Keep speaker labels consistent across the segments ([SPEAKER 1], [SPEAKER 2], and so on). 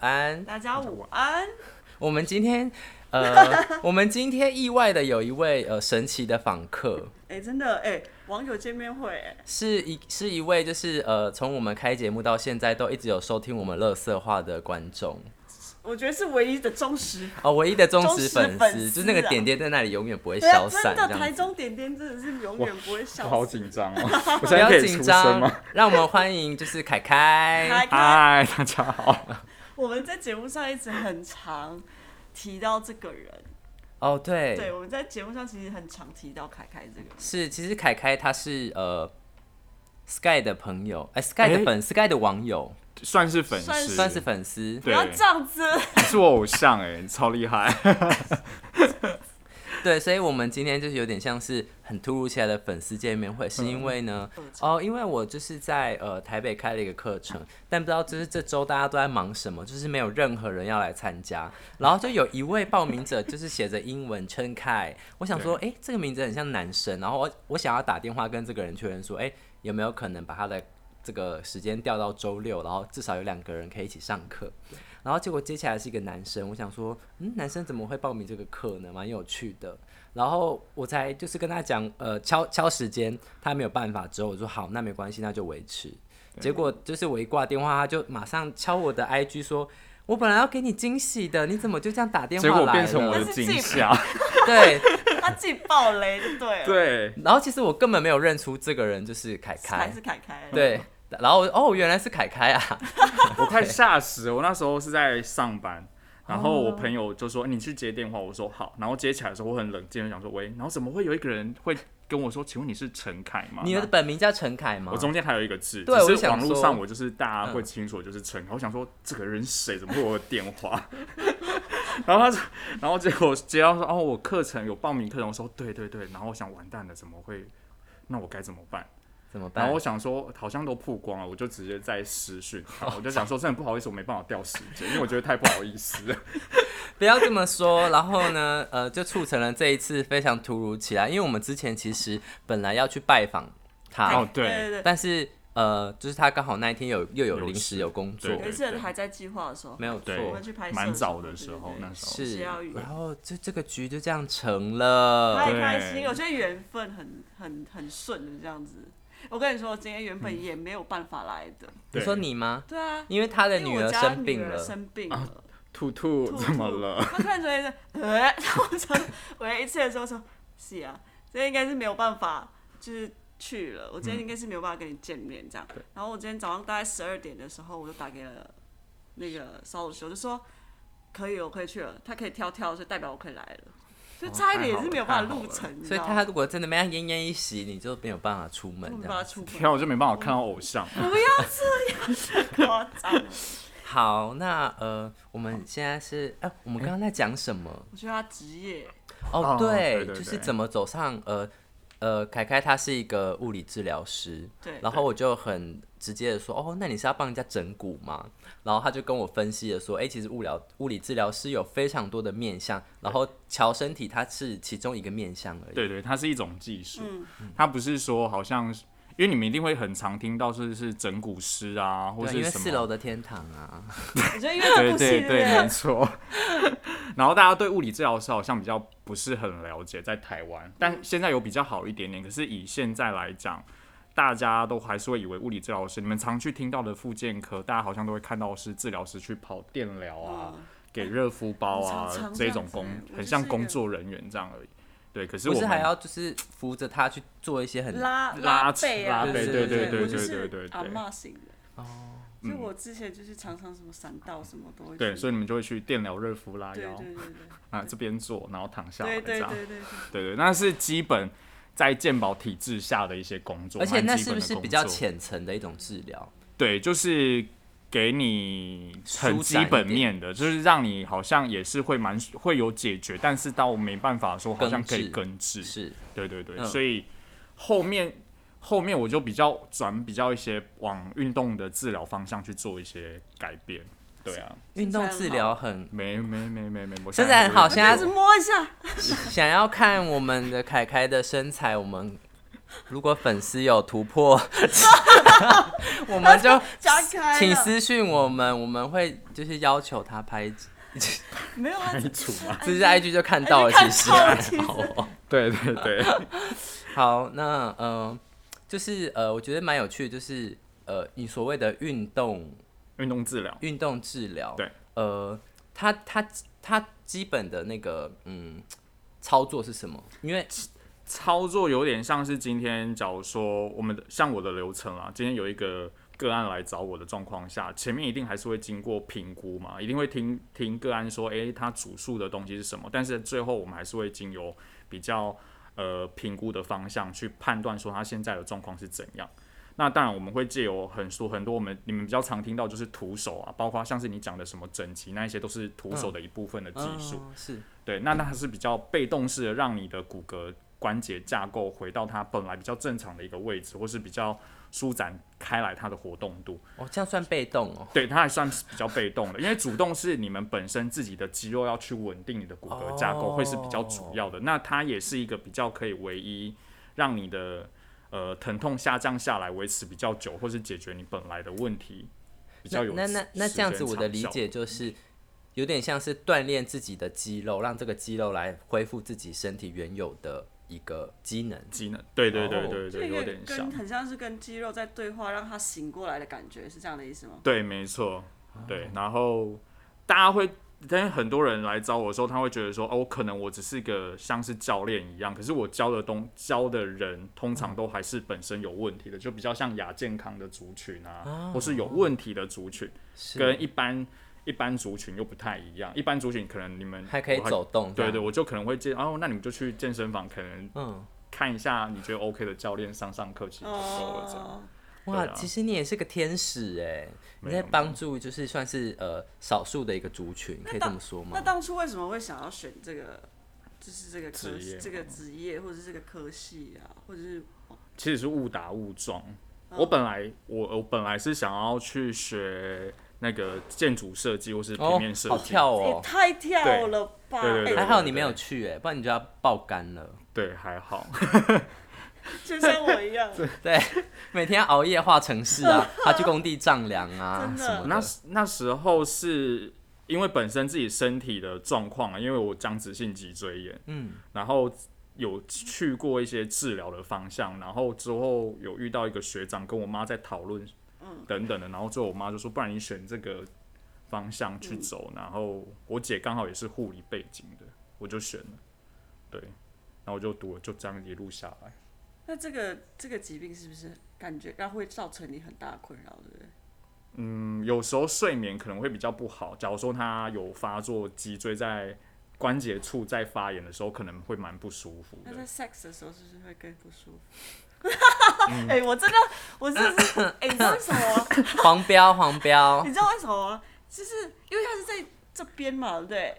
[SPEAKER 1] 安。
[SPEAKER 2] 大家午安。
[SPEAKER 1] 我们今天，呃，我们今天意外的有一位呃神奇的访客，
[SPEAKER 2] 哎、真的哎、网友见面会哎、
[SPEAKER 1] 是一是一位就是呃从我们开节目到现在都一直有收听我们乐色话的观众
[SPEAKER 2] 我觉得是唯一的忠实。
[SPEAKER 1] 哦，唯一的忠
[SPEAKER 2] 忠
[SPEAKER 1] 实
[SPEAKER 2] 实
[SPEAKER 1] 粉
[SPEAKER 2] 粉
[SPEAKER 1] 丝，
[SPEAKER 2] 丝
[SPEAKER 1] 就是那个
[SPEAKER 2] 啊
[SPEAKER 1] 点点在那里永远不会
[SPEAKER 2] 对啊，
[SPEAKER 1] 消
[SPEAKER 2] 真
[SPEAKER 1] 散，
[SPEAKER 2] 的，
[SPEAKER 1] 这
[SPEAKER 2] 台
[SPEAKER 1] 样子。
[SPEAKER 2] 中点点真的是永远不会
[SPEAKER 3] 我
[SPEAKER 2] 笑
[SPEAKER 3] 好
[SPEAKER 2] 死。
[SPEAKER 3] 紧 张哦！我
[SPEAKER 1] 不
[SPEAKER 3] 现在
[SPEAKER 1] 要
[SPEAKER 3] 可以
[SPEAKER 1] 紧
[SPEAKER 3] 出声
[SPEAKER 1] 张
[SPEAKER 3] 吗？，
[SPEAKER 1] 让我们欢迎就是凯
[SPEAKER 2] 来
[SPEAKER 1] 凯。
[SPEAKER 2] 看，
[SPEAKER 3] 嗨，大家好，
[SPEAKER 2] 我们在节目上一直很常提到这个人，
[SPEAKER 1] 哦，对，
[SPEAKER 2] 对，我们在节目上其实很常提到凯凯这个人。
[SPEAKER 1] 是，其实凯凯他是呃 Sky 的朋友，哎、s k y 的
[SPEAKER 3] 哎
[SPEAKER 1] 粉、Sky 的网友，
[SPEAKER 3] 算是粉
[SPEAKER 2] 算是
[SPEAKER 3] 丝，
[SPEAKER 1] 算是粉丝。
[SPEAKER 2] 不
[SPEAKER 3] 对
[SPEAKER 2] 要这样子，
[SPEAKER 3] 是我偶像哎，超厉害。
[SPEAKER 1] 对，所以我们今天就是有点像是很突如其来的粉丝见面会，是因为呢，哦，因为我就是在呃台北开了一个课程，但不知道就是这周大家都在忙什么，就是没有任何人要来参加，然后就有一位报名者就是写着英文称凯，我想说，哎、这个名字很像男生，然后我我想要打电话跟这个人确认说，哎、有没有可能把他的这个时间调到周六，然后至少有两个人可以一起上课。然后结果接下来是一个男生，我想说，嗯，男生怎么会报名这个课呢？蛮有趣的。然后我才就是跟他讲，呃，敲敲时间，他没有办法。之后我说好，那没关系，那就维持。结果就是我一挂电话，他就马上敲我的 IG 说，我本来要给你惊喜的，你怎么就这样打电话
[SPEAKER 3] 结
[SPEAKER 1] 来了？
[SPEAKER 3] 果变成我的
[SPEAKER 2] 但是自己
[SPEAKER 3] 惊吓，
[SPEAKER 1] 对，
[SPEAKER 2] 他自己爆雷就对了，
[SPEAKER 3] 对，
[SPEAKER 1] 然后其实我根本没有认出这个人就是凯
[SPEAKER 2] 还
[SPEAKER 1] 凯
[SPEAKER 2] 是，凯凯。，
[SPEAKER 1] 对。然后我哦，原来是凯凯啊！
[SPEAKER 3] 我快吓死了！我那时候是在上班，然后
[SPEAKER 2] 哦
[SPEAKER 3] 我朋友就说欸你去接电话，我说好，然后接起来的时候我很冷静，就想说喂，然后怎么会有一个人会跟我说，请问你是陈凯吗？
[SPEAKER 1] 你的本名叫陈凯吗？
[SPEAKER 3] 我中间还有一个字，
[SPEAKER 1] 对我
[SPEAKER 3] 只
[SPEAKER 1] 就是想
[SPEAKER 3] 网络
[SPEAKER 1] 说嗯
[SPEAKER 3] 上我就是大家会清楚，就是陈凯。我想说这个人是谁？怎么会有我的电话？ 然后他说，然后结果接到说哦，我课程有报名课程，我说对对对，然后我想完蛋了，怎么会？那我该怎么办？
[SPEAKER 1] 怎么办？
[SPEAKER 3] 然后我想说，好像都曝光了，我就直接在私讯 他，我就想说，真的不好意思，我没办法调时间，因为我觉得太不好意思了。
[SPEAKER 1] 不要这么说。然后呢，呃，就促成了这一次非常突如其来，因为我们之前其实本来要去拜访他，
[SPEAKER 3] 哦，对，
[SPEAKER 2] 对对
[SPEAKER 1] 但是呃，就是他刚好那一天有又有临时有工作
[SPEAKER 3] 有，事
[SPEAKER 2] 对，有一次还在计划的时候，
[SPEAKER 1] 没有错
[SPEAKER 3] 对。
[SPEAKER 2] 我们去拍摄
[SPEAKER 3] 蛮
[SPEAKER 2] 的时候
[SPEAKER 3] 早的时候
[SPEAKER 2] 对对，对
[SPEAKER 3] 那时候
[SPEAKER 1] 是
[SPEAKER 2] 是要有，
[SPEAKER 1] 然后就这个局就这样成了。
[SPEAKER 2] 太开心
[SPEAKER 3] 对
[SPEAKER 2] 了，我觉得缘分很很很顺的这样子。我跟你说，今天原本也没有办法来的。
[SPEAKER 1] 你
[SPEAKER 3] 对
[SPEAKER 1] 说你吗？
[SPEAKER 2] 对啊，
[SPEAKER 1] 嗯因为他的
[SPEAKER 2] 因
[SPEAKER 1] 女
[SPEAKER 2] 为我
[SPEAKER 1] 儿
[SPEAKER 2] 家
[SPEAKER 1] 生
[SPEAKER 2] 女
[SPEAKER 1] 病
[SPEAKER 2] 儿
[SPEAKER 1] 了，
[SPEAKER 2] 生病了，
[SPEAKER 3] 兔兔
[SPEAKER 2] 吐
[SPEAKER 3] 怎么了？？
[SPEAKER 2] 吐他突然觉得，呃， 然后我就我一次的时候说，是啊，这应该是没有办法，就是去了。我今
[SPEAKER 1] 嗯
[SPEAKER 2] 天应该是没有办法跟你见面这样。然后我今天早上大概十二点的时候，我就打给了那个烧乳修，就说可以，我哦可以去了，他可以挑挑，所以代表我可以来了。所以差一点也是没有办法入城，你知
[SPEAKER 1] 所以
[SPEAKER 2] 道
[SPEAKER 1] 他
[SPEAKER 2] 吗？
[SPEAKER 1] 如果真的被他奄奄一息，你就没有办法出门
[SPEAKER 2] 我
[SPEAKER 1] 这
[SPEAKER 2] 们把他
[SPEAKER 1] 样。
[SPEAKER 2] 出门。
[SPEAKER 3] 天啊，我就没办法看到偶像。
[SPEAKER 2] 夸张。
[SPEAKER 1] 好，那呃，我们现在是哎、我们刚刚在讲什么？
[SPEAKER 2] 我觉得他职业
[SPEAKER 1] 哦，
[SPEAKER 3] 哦
[SPEAKER 1] 对，
[SPEAKER 3] 对对
[SPEAKER 1] 就是
[SPEAKER 3] 对
[SPEAKER 1] 怎么走上呃呃，凯凯他是一个物理治疗师，
[SPEAKER 2] 对
[SPEAKER 1] 然后我就很直接的说，哦，那你是要帮人家整骨吗？然后他就跟我分析的说，哎、其实物疗物理治疗师有非常多的面向，然后瞧身体它是其中一个面向而已。啊
[SPEAKER 3] 对对，它是一种技术，
[SPEAKER 2] 嗯
[SPEAKER 3] 它不是说好像是，因为你们一定会很常听到是是整蛊师啊，或
[SPEAKER 1] 对，
[SPEAKER 3] 是
[SPEAKER 1] 因为
[SPEAKER 3] 什
[SPEAKER 1] 四
[SPEAKER 3] 么
[SPEAKER 1] 楼。的天堂啊，
[SPEAKER 2] 我觉得因为他
[SPEAKER 3] 对
[SPEAKER 2] 不信
[SPEAKER 3] 对对，没
[SPEAKER 2] 任，
[SPEAKER 3] 错。 然后大家对物理治疗师好像比较不是很了解，在台湾，但现在有比较好一点点。可是以现在来讲，大家都还是会以为物理治疗师，你们常去听到的复健科，大家好像都会看到是治疗师去跑电疗啊、给热敷包啊
[SPEAKER 2] 我嗯常常这
[SPEAKER 3] 这
[SPEAKER 2] 样
[SPEAKER 3] 种
[SPEAKER 2] 子
[SPEAKER 3] 工
[SPEAKER 2] 欸，我
[SPEAKER 3] 很
[SPEAKER 2] 就
[SPEAKER 3] 像
[SPEAKER 2] 是一
[SPEAKER 3] 工
[SPEAKER 2] 个
[SPEAKER 3] 作人员这样而已。对，可是
[SPEAKER 1] 不
[SPEAKER 3] 我
[SPEAKER 1] 是
[SPEAKER 3] 们
[SPEAKER 1] 还要就是扶着他去做一些很
[SPEAKER 2] 拉
[SPEAKER 3] 拉
[SPEAKER 2] 背啊，
[SPEAKER 3] 拉
[SPEAKER 1] 背
[SPEAKER 2] 就
[SPEAKER 1] 对
[SPEAKER 2] 是
[SPEAKER 1] 对对
[SPEAKER 2] 我就
[SPEAKER 3] 对
[SPEAKER 2] 是
[SPEAKER 3] 对对对
[SPEAKER 2] 阿嬷型的哦。就我之前就是常常什么闪到什么都会去
[SPEAKER 3] 对，所以你们就会去电疗、热敷、拉
[SPEAKER 2] 对
[SPEAKER 3] 腰
[SPEAKER 2] 对
[SPEAKER 3] 啊，这边坐，然后躺下
[SPEAKER 2] 对
[SPEAKER 3] 来
[SPEAKER 2] 对
[SPEAKER 3] 这
[SPEAKER 2] 对
[SPEAKER 3] 样。
[SPEAKER 2] 对对对，
[SPEAKER 3] 对对，那是基本在健保体制下的一些工作，
[SPEAKER 1] 而且
[SPEAKER 3] 蛮
[SPEAKER 1] 那
[SPEAKER 3] 基
[SPEAKER 1] 是
[SPEAKER 3] 本
[SPEAKER 1] 不
[SPEAKER 3] 的
[SPEAKER 1] 是
[SPEAKER 3] 工
[SPEAKER 1] 比较
[SPEAKER 3] 作？
[SPEAKER 1] 浅层的一种治疗？
[SPEAKER 3] 对，就是给你很
[SPEAKER 1] 舒
[SPEAKER 3] 基
[SPEAKER 1] 展一
[SPEAKER 3] 本
[SPEAKER 1] 点
[SPEAKER 3] 面的，就是让你好像也是会蛮会有解决，但是到没办法说好像可以根治。
[SPEAKER 1] 是
[SPEAKER 3] 对对对，
[SPEAKER 1] 嗯
[SPEAKER 3] 所以后面。后面我就比较转比较一些往运动的治疗方向去做一些改变，对啊，
[SPEAKER 1] 运动治疗很
[SPEAKER 3] 没没没没没，我
[SPEAKER 1] 身材很好
[SPEAKER 3] 还是
[SPEAKER 1] 现在
[SPEAKER 2] 但是摸一下，
[SPEAKER 1] 想要看我们的凯凯的身材，我们如果粉丝有突 破，我们就
[SPEAKER 2] 加开了
[SPEAKER 1] 请私讯我们，我们会就是要求他拍，
[SPEAKER 2] 没有啊，
[SPEAKER 3] 排除嘛。
[SPEAKER 1] 只是 IG 就看到了，
[SPEAKER 2] 哎
[SPEAKER 1] 其
[SPEAKER 2] 你
[SPEAKER 1] 实
[SPEAKER 2] 看到 了其实
[SPEAKER 1] 好
[SPEAKER 3] 对对对，
[SPEAKER 1] 好，那呃，就是呃，我觉得蛮有趣的，就是呃，你所谓的运动
[SPEAKER 3] 运动治疗，
[SPEAKER 1] 运动治疗，
[SPEAKER 3] 对，
[SPEAKER 1] 呃，它它它基本的那个嗯操作是什么？因为
[SPEAKER 3] 操作有点像是今天，假如说我们的像我的流程啊啦，今天有一个个案来找我的状况下，前面一定还是会经过评估嘛，一定会听听个案说，诶、他主诉的东西是什么，但是最后我们还是会经由比较呃评估的方向去判断说他现在的状况是怎样。那当然，我们会借由很多很多我们你们比较常听到就是徒手啊，包括像是你讲的什么整齐，那一些都是徒手的一部分的技术。
[SPEAKER 1] 嗯是
[SPEAKER 3] 对，那那是比较被动式的，让你的骨骼关节架构回到它本来比较正常的一个位置，或是比较舒展开来它的活动度。
[SPEAKER 1] 哦，这样算被动哦。
[SPEAKER 3] 对，它还算是比较被动的，因为主动是你们本身自己的肌肉要去稳定你的骨骼架构，会是比较
[SPEAKER 1] 哦
[SPEAKER 3] 主要的。那它也是一个比较可以唯一让你的呃疼痛下降下来，维持比较久，或是解决你本来的问题。比较有
[SPEAKER 1] 那那那那
[SPEAKER 3] 时
[SPEAKER 1] 这样
[SPEAKER 3] 间
[SPEAKER 1] 子，我
[SPEAKER 3] 长
[SPEAKER 1] 的理
[SPEAKER 3] 效
[SPEAKER 1] 解就是，有点像是锻炼自己的肌肉，让这个肌肉来恢复自己身体原有的一个机能。
[SPEAKER 3] 机能，对对对
[SPEAKER 1] 哦
[SPEAKER 3] 对
[SPEAKER 2] 这
[SPEAKER 3] 对，有
[SPEAKER 2] 个
[SPEAKER 3] 点像
[SPEAKER 2] 跟。很像是跟肌肉在对话，让它醒过来的感觉，是这样的意思吗？
[SPEAKER 3] 对，没错，
[SPEAKER 1] 啊
[SPEAKER 3] 对。然后大家会，但是很多人来找我的时候，他会觉得说，哦，可能我只是个像是教练一样，可是我教的东教的人，通常
[SPEAKER 1] 嗯
[SPEAKER 3] 都还是本身有问题的，就比较像亚健康的族群啊，或是有问题的族群，
[SPEAKER 1] 是
[SPEAKER 3] 跟一般。一般族群又不太一样，一般族群可能你们
[SPEAKER 1] 还可以
[SPEAKER 3] 我
[SPEAKER 1] 走动这
[SPEAKER 3] 对
[SPEAKER 1] 样
[SPEAKER 3] 对，我就可能会健哦，那你们就去健身房，可能
[SPEAKER 1] 嗯，
[SPEAKER 3] 看一下你觉得 OK 的教练上上课，其实就够了这样。
[SPEAKER 2] 哦，
[SPEAKER 1] 哇，
[SPEAKER 3] 对啊
[SPEAKER 1] 其实你也是个天使哎，你
[SPEAKER 3] 没
[SPEAKER 1] 在
[SPEAKER 3] 有没有
[SPEAKER 1] 帮助就是算是呃少数的一个族群，可以这么说吗
[SPEAKER 2] 那？当初为什么会想要选这个，就是这个科
[SPEAKER 3] 职业吗
[SPEAKER 2] 这个职业，或者是这个科系啊，或者是
[SPEAKER 3] 其实是误打误撞。我本来我我本来是想要去学那个建筑设计或是平
[SPEAKER 1] 哦
[SPEAKER 3] 面，设
[SPEAKER 1] 好
[SPEAKER 3] 计，
[SPEAKER 1] 跳
[SPEAKER 2] 也
[SPEAKER 1] 哦，
[SPEAKER 2] 哎太跳了吧？
[SPEAKER 3] 对对对
[SPEAKER 2] 哎
[SPEAKER 1] 还 好你
[SPEAKER 3] 对
[SPEAKER 1] 没有去哎，不然你就要爆肝了。
[SPEAKER 3] 对，还好。
[SPEAKER 2] 就像我一样，
[SPEAKER 1] 对，每天熬夜画城市啊，他去工地丈量啊
[SPEAKER 2] 真的
[SPEAKER 1] 什么
[SPEAKER 3] 那
[SPEAKER 1] 的。
[SPEAKER 3] 时那时候是因为本身自己身体的状况啊，因为我僵直性脊椎炎，
[SPEAKER 1] 嗯，
[SPEAKER 3] 然后有去过一些治疗的方向，然后之后有遇到一个学长跟我妈在讨论，等等的，然后最后我妈就说，不然你选这个方向去走，然后我姐刚好也是护理背景的，我就选了，对，然后我就读了，就这样一路下来。
[SPEAKER 2] 那这个这个疾病是不是感觉啊它会造成你很大的困扰，对不对？
[SPEAKER 3] 嗯，有时候睡眠可能会比较不好。假如说他有发作脊椎在关节处在发炎的时候，可能会蛮不舒服
[SPEAKER 2] 那
[SPEAKER 3] 的
[SPEAKER 2] 在。sex 的时候是不是会更不舒服？
[SPEAKER 3] 嗯
[SPEAKER 2] 哎、我真的，我真的是，哎、你知道为什么吗？
[SPEAKER 1] 黄标黄标
[SPEAKER 2] 你，知道为什么吗？就是因为它是在这边嘛，对不对？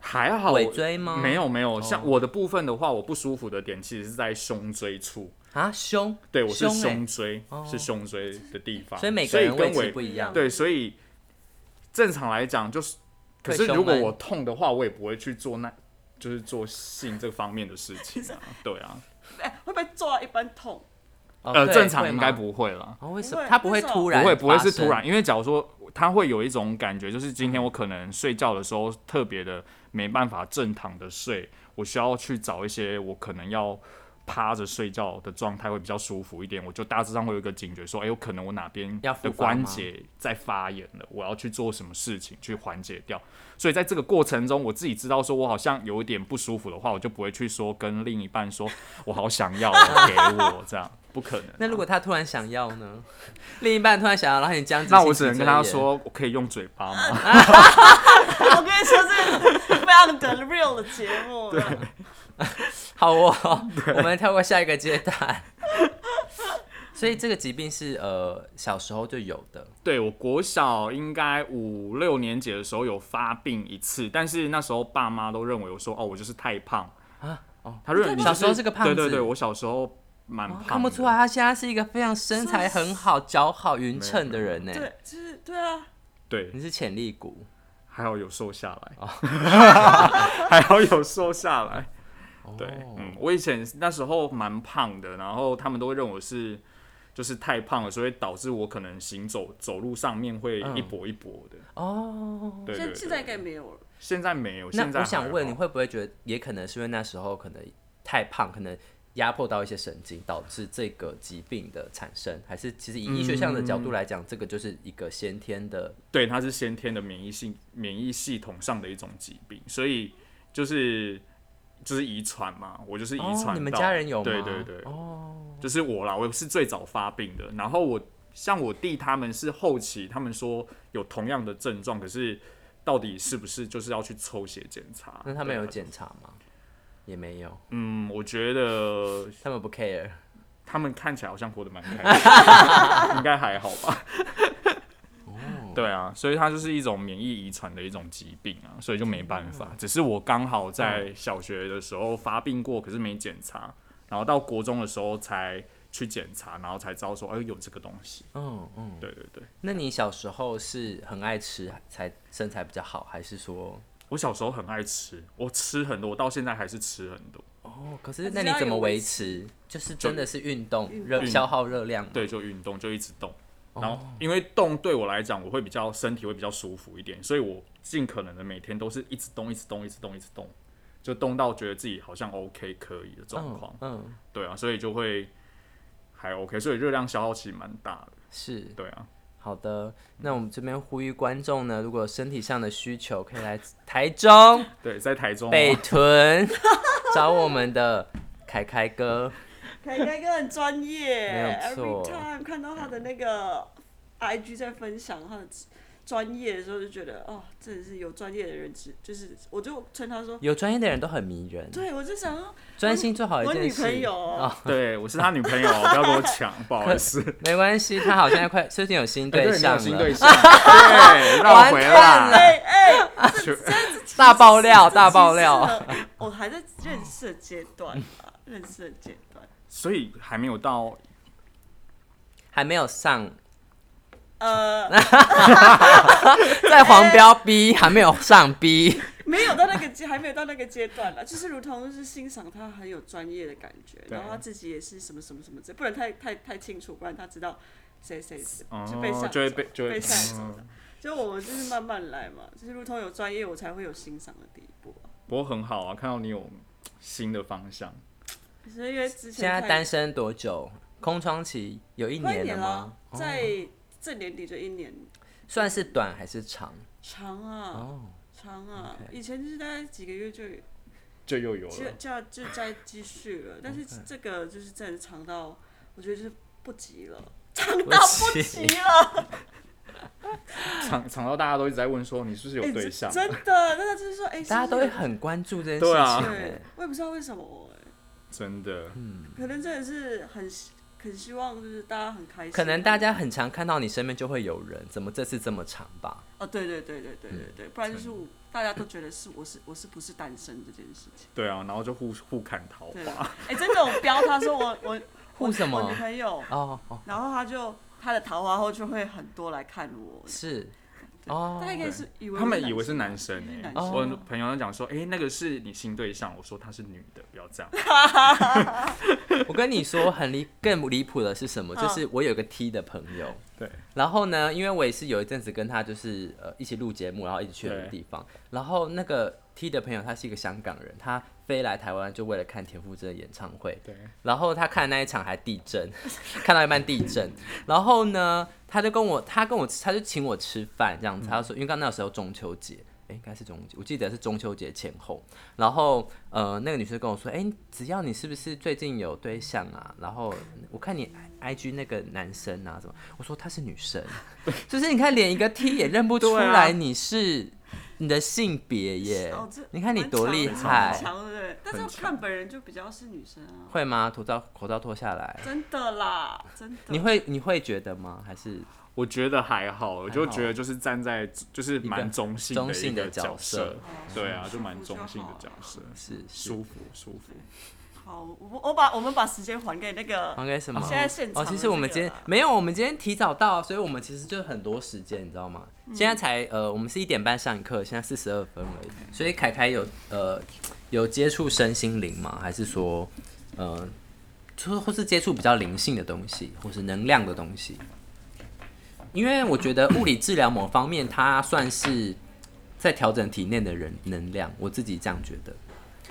[SPEAKER 3] 还好，
[SPEAKER 1] 尾椎吗哦
[SPEAKER 3] 没有没有，像我的部分的话，我不舒服的点其实是在胸椎处。
[SPEAKER 1] 啊，胸，
[SPEAKER 3] 对，我是
[SPEAKER 1] 欸
[SPEAKER 3] 胸椎，是胸椎的地方。
[SPEAKER 1] 所以每个人位
[SPEAKER 3] 跟
[SPEAKER 1] 置
[SPEAKER 3] 尾
[SPEAKER 1] 不一样。
[SPEAKER 3] 对，所以正常来讲就是，可
[SPEAKER 1] 会
[SPEAKER 3] 是
[SPEAKER 1] 胸
[SPEAKER 3] 如果
[SPEAKER 1] 闷
[SPEAKER 3] 我痛的话，我也不会去做那，就是做性这方面的事情 啊。对啊，
[SPEAKER 2] 哎、会不会做到一般痛？
[SPEAKER 1] 哦
[SPEAKER 3] 呃，
[SPEAKER 1] 对
[SPEAKER 3] 正常
[SPEAKER 1] 会
[SPEAKER 3] 应
[SPEAKER 1] 吗
[SPEAKER 3] 该不会啦。
[SPEAKER 1] 哦，为什
[SPEAKER 2] 不
[SPEAKER 1] 么
[SPEAKER 2] 会
[SPEAKER 1] 它不会
[SPEAKER 2] 为什么
[SPEAKER 1] 突然？
[SPEAKER 3] 不会不会是突然，。因为假如说他会有一种感觉，就是今天我可能睡觉的时候特别的没办法正躺的睡，我需要去找一些我可能要趴着睡觉的状态会比较舒服一点，我就大致上会有一个警觉说，哎、有可能我哪边
[SPEAKER 1] 要复
[SPEAKER 3] 的
[SPEAKER 1] 发
[SPEAKER 3] 关
[SPEAKER 1] 吗
[SPEAKER 3] 节在发炎了，我要去做什么事情去缓解掉。所以在这个过程中，我自己知道说我好像有一点不舒服的话，我就不会去说跟另一半说我好想要啊给我这样，不可能啊、
[SPEAKER 1] 那如果他突然想要 呢？另一半突然想要，然后你僵直，
[SPEAKER 3] 那我只能跟他，说，我可以用嘴巴吗？
[SPEAKER 2] 我跟你说，这个非常的 real 的节目啊了。
[SPEAKER 1] 好 哦，我们跳过下一个阶段。 所以这个疾病是呃小时候就有的，
[SPEAKER 3] 对我国小应该五六年级的时候有发病一次，但是那时候爸妈都认为我说哦，我就是太胖
[SPEAKER 1] 啊
[SPEAKER 3] 哦，他认为你、就是、
[SPEAKER 1] 小时候是个胖子哦
[SPEAKER 3] 对对对，我小时候蛮胖、
[SPEAKER 1] 看不出来，他现在是一个非常身材很好、脚好匀称的人呢。
[SPEAKER 2] 对，就是对啊，
[SPEAKER 3] 对，
[SPEAKER 1] 你是潜力股，哦
[SPEAKER 3] 还好有瘦下来，还好有瘦下来。对，
[SPEAKER 1] 哦
[SPEAKER 3] 嗯，我以前那时候蛮胖的，然后他们都会认为我是就是太胖了，所以导致我可能行走走路上面会
[SPEAKER 1] 嗯
[SPEAKER 3] 一跛一跛的。
[SPEAKER 1] 哦。
[SPEAKER 3] 对对
[SPEAKER 2] 现
[SPEAKER 3] 对
[SPEAKER 2] 现在应该没有了。
[SPEAKER 3] 现在没有，现在
[SPEAKER 1] 那我想
[SPEAKER 3] 还
[SPEAKER 1] 问，
[SPEAKER 3] 好
[SPEAKER 1] 你会不会觉得，也可能是因为那时候可能太胖，可能压迫到一些神经，导致这个疾病的产生？还是其实以医学上的角度来讲，这个就是一个先天的
[SPEAKER 3] 对，它是先天的免疫性免疫系统上的一种疾病，所以就是就是遗传嘛，我就是遗
[SPEAKER 1] 哦
[SPEAKER 3] 传到、
[SPEAKER 1] 你们家人有吗？
[SPEAKER 3] 对对对，
[SPEAKER 1] 哦，
[SPEAKER 3] 就是我啦，我是最早发病的。然后我像我弟他们是后期，他们说有同样的症状，可是到底是不是就是要去抽血检查？
[SPEAKER 1] 那他们
[SPEAKER 3] 对
[SPEAKER 1] 有
[SPEAKER 3] 啊？
[SPEAKER 1] 检查吗？也没有，
[SPEAKER 3] 嗯，我觉得
[SPEAKER 1] 他们不 care。
[SPEAKER 3] 他们看起来好像活得蛮开心 的，应该还好吧。对啊，所以它就是一种免疫遗传的一种疾病啊，所以就没办法。只是我刚好在小学的时候发病过，可是没检查，然后到国中的时候才去检查，然后才知道说，哎，有这个东西。
[SPEAKER 1] 嗯嗯，
[SPEAKER 3] 对对对，
[SPEAKER 1] 那你小时候是很爱吃才身材比较好，还是说
[SPEAKER 3] 我小时候很爱吃，我吃很多，我到现在还是吃很多。
[SPEAKER 1] 哦？可
[SPEAKER 2] 还
[SPEAKER 1] 是
[SPEAKER 2] 是
[SPEAKER 1] 那你
[SPEAKER 2] 要
[SPEAKER 1] 怎么
[SPEAKER 2] 有
[SPEAKER 1] 维
[SPEAKER 2] 维
[SPEAKER 1] 持？就是真的是运动热
[SPEAKER 3] 运
[SPEAKER 1] 消耗热量吗？
[SPEAKER 3] 对，就运动，就一直动。然后，因为动对我来讲，我会比较身体会比较舒服一点，所以我尽可能的每天都是一直动，一直动，一直动，一直动，就动到觉得自己好像 OK 可以的状况。
[SPEAKER 1] 嗯嗯，
[SPEAKER 3] 对啊，所以就会还 OK，所以热量消耗其实蛮大的。
[SPEAKER 1] 是。
[SPEAKER 3] 对啊，
[SPEAKER 1] 好的，那我们这边呼吁观众呢，如果有身体上的需求，可以来台中
[SPEAKER 3] 对，在台中、
[SPEAKER 1] 北
[SPEAKER 3] 哦，
[SPEAKER 1] 屯找我们的凯凯哥。
[SPEAKER 2] 凯凯哥很专业，
[SPEAKER 1] 没有错
[SPEAKER 2] Every time 看到他的那个 IG 在分享他的专业的时候，就觉得哦，真的是有专业的人知，就是我就称他说，
[SPEAKER 1] 有专业的人都很迷人，
[SPEAKER 2] 对我就想说
[SPEAKER 1] 专心做好一
[SPEAKER 2] 我
[SPEAKER 1] 件
[SPEAKER 2] 女
[SPEAKER 1] 事。
[SPEAKER 2] 朋友哦
[SPEAKER 3] 对我是他女朋友，哦不要跟我抢，不好意思。
[SPEAKER 1] 没关系，他好像快最近有新
[SPEAKER 3] 哎
[SPEAKER 1] 对
[SPEAKER 3] 你没
[SPEAKER 1] 象
[SPEAKER 3] 有
[SPEAKER 1] 了，
[SPEAKER 3] 新对象，对，让我回来。
[SPEAKER 2] 哎哎，
[SPEAKER 3] 全
[SPEAKER 1] 大爆 料，大爆料。
[SPEAKER 2] 这其实是我还在认识的阶段 啊，认识的阶段，
[SPEAKER 3] 所以还没有到
[SPEAKER 1] 还没有上，
[SPEAKER 2] 呃，
[SPEAKER 1] 在黄标 B 还没有上 B，
[SPEAKER 2] 没有到那个阶，还没有到那个阶段啦， 就是如同是欣赏他很有专业的感觉，
[SPEAKER 3] 对
[SPEAKER 2] 然后他自己也是什么什么什么这，不能太太太清楚，不然他知道谁谁谁
[SPEAKER 3] 哦
[SPEAKER 2] 就被上
[SPEAKER 3] 就会被就会嗯
[SPEAKER 2] 被上走的。就我们就是慢慢来嘛，就是如同有专业，我才会有欣赏的第一步啊。
[SPEAKER 3] 不过很好啊，看到你有新的方向。
[SPEAKER 2] 所以因为之前
[SPEAKER 1] 现在
[SPEAKER 2] 太
[SPEAKER 1] 单身多久？空窗期有一
[SPEAKER 2] 快一
[SPEAKER 1] 年了
[SPEAKER 2] 年
[SPEAKER 1] 吗
[SPEAKER 2] 了？，在这年底就一年
[SPEAKER 1] 算是短还是长？
[SPEAKER 2] 长啊
[SPEAKER 1] 哦，
[SPEAKER 2] 长啊，以前就是大概几个月就
[SPEAKER 3] 就又有
[SPEAKER 2] 就
[SPEAKER 3] 了。
[SPEAKER 2] 就要就再继续了，但是这个就是真的长到，我觉得就是不急了，长到不啊急了，
[SPEAKER 3] 长长到大家都一直在问说你是不是有
[SPEAKER 2] 哎
[SPEAKER 3] 对象？
[SPEAKER 2] 真的，真的就是说，哎、
[SPEAKER 1] 大家
[SPEAKER 2] 是
[SPEAKER 1] 都
[SPEAKER 2] 不
[SPEAKER 1] 会
[SPEAKER 2] 是
[SPEAKER 1] 很关注这件事
[SPEAKER 3] 对
[SPEAKER 1] 情、
[SPEAKER 3] 啊
[SPEAKER 1] 欸
[SPEAKER 2] 对。，我也不知道为什么、
[SPEAKER 3] 真的，
[SPEAKER 2] 哎，可能真的是很希很希望，就是大家很开心，啊
[SPEAKER 1] 可能大家很常看到你身边就会有人，怎么这次这么长吧？
[SPEAKER 2] 哦，对对对对对对对，不然
[SPEAKER 3] 嗯
[SPEAKER 2] 就是我大家都觉得是我是我是不是单身这件事情，
[SPEAKER 3] 对啊，然后就互互砍桃
[SPEAKER 2] 对，
[SPEAKER 3] 花，
[SPEAKER 2] 哎、真的我标他说我 我
[SPEAKER 1] 护什
[SPEAKER 2] 我女
[SPEAKER 1] 么？
[SPEAKER 2] 朋友，
[SPEAKER 1] 哦哦，
[SPEAKER 2] 然后他就他的桃花后就会很多来看我，
[SPEAKER 1] 是
[SPEAKER 2] 对
[SPEAKER 1] 哦
[SPEAKER 2] 大，概应该是以为
[SPEAKER 3] 他们
[SPEAKER 2] 是
[SPEAKER 3] 以为是
[SPEAKER 2] 生啊
[SPEAKER 3] 男生
[SPEAKER 2] 以为是男
[SPEAKER 3] 哎、
[SPEAKER 1] 生哦
[SPEAKER 3] 我的朋友讲说，哎、那个是你新对象，我说她是女的，不要这样。
[SPEAKER 1] 我跟你说，很离更离谱的是什么？就是我有个 T 的朋友，
[SPEAKER 3] 对，
[SPEAKER 1] 然后呢，因为我也是有一阵子跟他就是呃一起录节目，然后一起去很多地方。然后那个 T 的朋友他是一个香港人，他飞来台湾就为了看田馥甄的演唱会。
[SPEAKER 3] 对，
[SPEAKER 1] 然后他看那一场还地震， 看到一半地震。然后呢，他就跟我，他跟我，他就请我吃饭这
[SPEAKER 3] 嗯
[SPEAKER 1] 样子。他就说，因为刚那时候中秋节，诶，应该是中秋，我记得是中秋节前后。然后呃，那个女生跟我说，诶，只要你是不是最近有对象啊？然后我看你 I G 那个男生啊什么，我说他是女 生，就是你看连一个 T 也认不出
[SPEAKER 3] 对啊
[SPEAKER 1] 来你是。你的性别耶
[SPEAKER 2] 哦这，
[SPEAKER 1] 你看你
[SPEAKER 2] 蛮
[SPEAKER 1] 多
[SPEAKER 2] 强
[SPEAKER 1] 厉
[SPEAKER 2] 的
[SPEAKER 1] 害
[SPEAKER 2] 很，强对不对？但是要看本人就比较是女 生啊，
[SPEAKER 1] 会吗？口罩口罩脱下来，
[SPEAKER 2] 真的啦，真的。
[SPEAKER 1] 你会你会觉得吗？还是
[SPEAKER 3] 我觉得还好，我就觉得就是站在就是蛮中性
[SPEAKER 1] 中
[SPEAKER 3] 一
[SPEAKER 1] 性的
[SPEAKER 3] 个
[SPEAKER 1] 角
[SPEAKER 3] 角
[SPEAKER 1] 色
[SPEAKER 3] 对啊，就蛮
[SPEAKER 2] 哦舒服就
[SPEAKER 3] 中性的
[SPEAKER 2] 好
[SPEAKER 3] 角色，
[SPEAKER 1] 是是
[SPEAKER 3] 舒服舒服。
[SPEAKER 2] 好，我我把我们把时间还给那个
[SPEAKER 1] 还给什么？
[SPEAKER 2] 现在现场
[SPEAKER 1] 哦，
[SPEAKER 2] 的
[SPEAKER 1] 其实我们
[SPEAKER 2] 这
[SPEAKER 1] 今
[SPEAKER 2] 个啊
[SPEAKER 1] 天
[SPEAKER 2] 啦
[SPEAKER 1] 没有，我们今天提早到，所以我们其实就很多时间，你知道吗？
[SPEAKER 2] 嗯
[SPEAKER 1] 现在才呃，我们是一点半上课，现在四十二分而已。所以凯凯有呃有接触身心灵吗？还是说呃，就是或是接触比较灵性的东西，或是能量的东西？因为我觉得物理治疗某方面，它算是在调整体内的人能量，我自己这样觉得。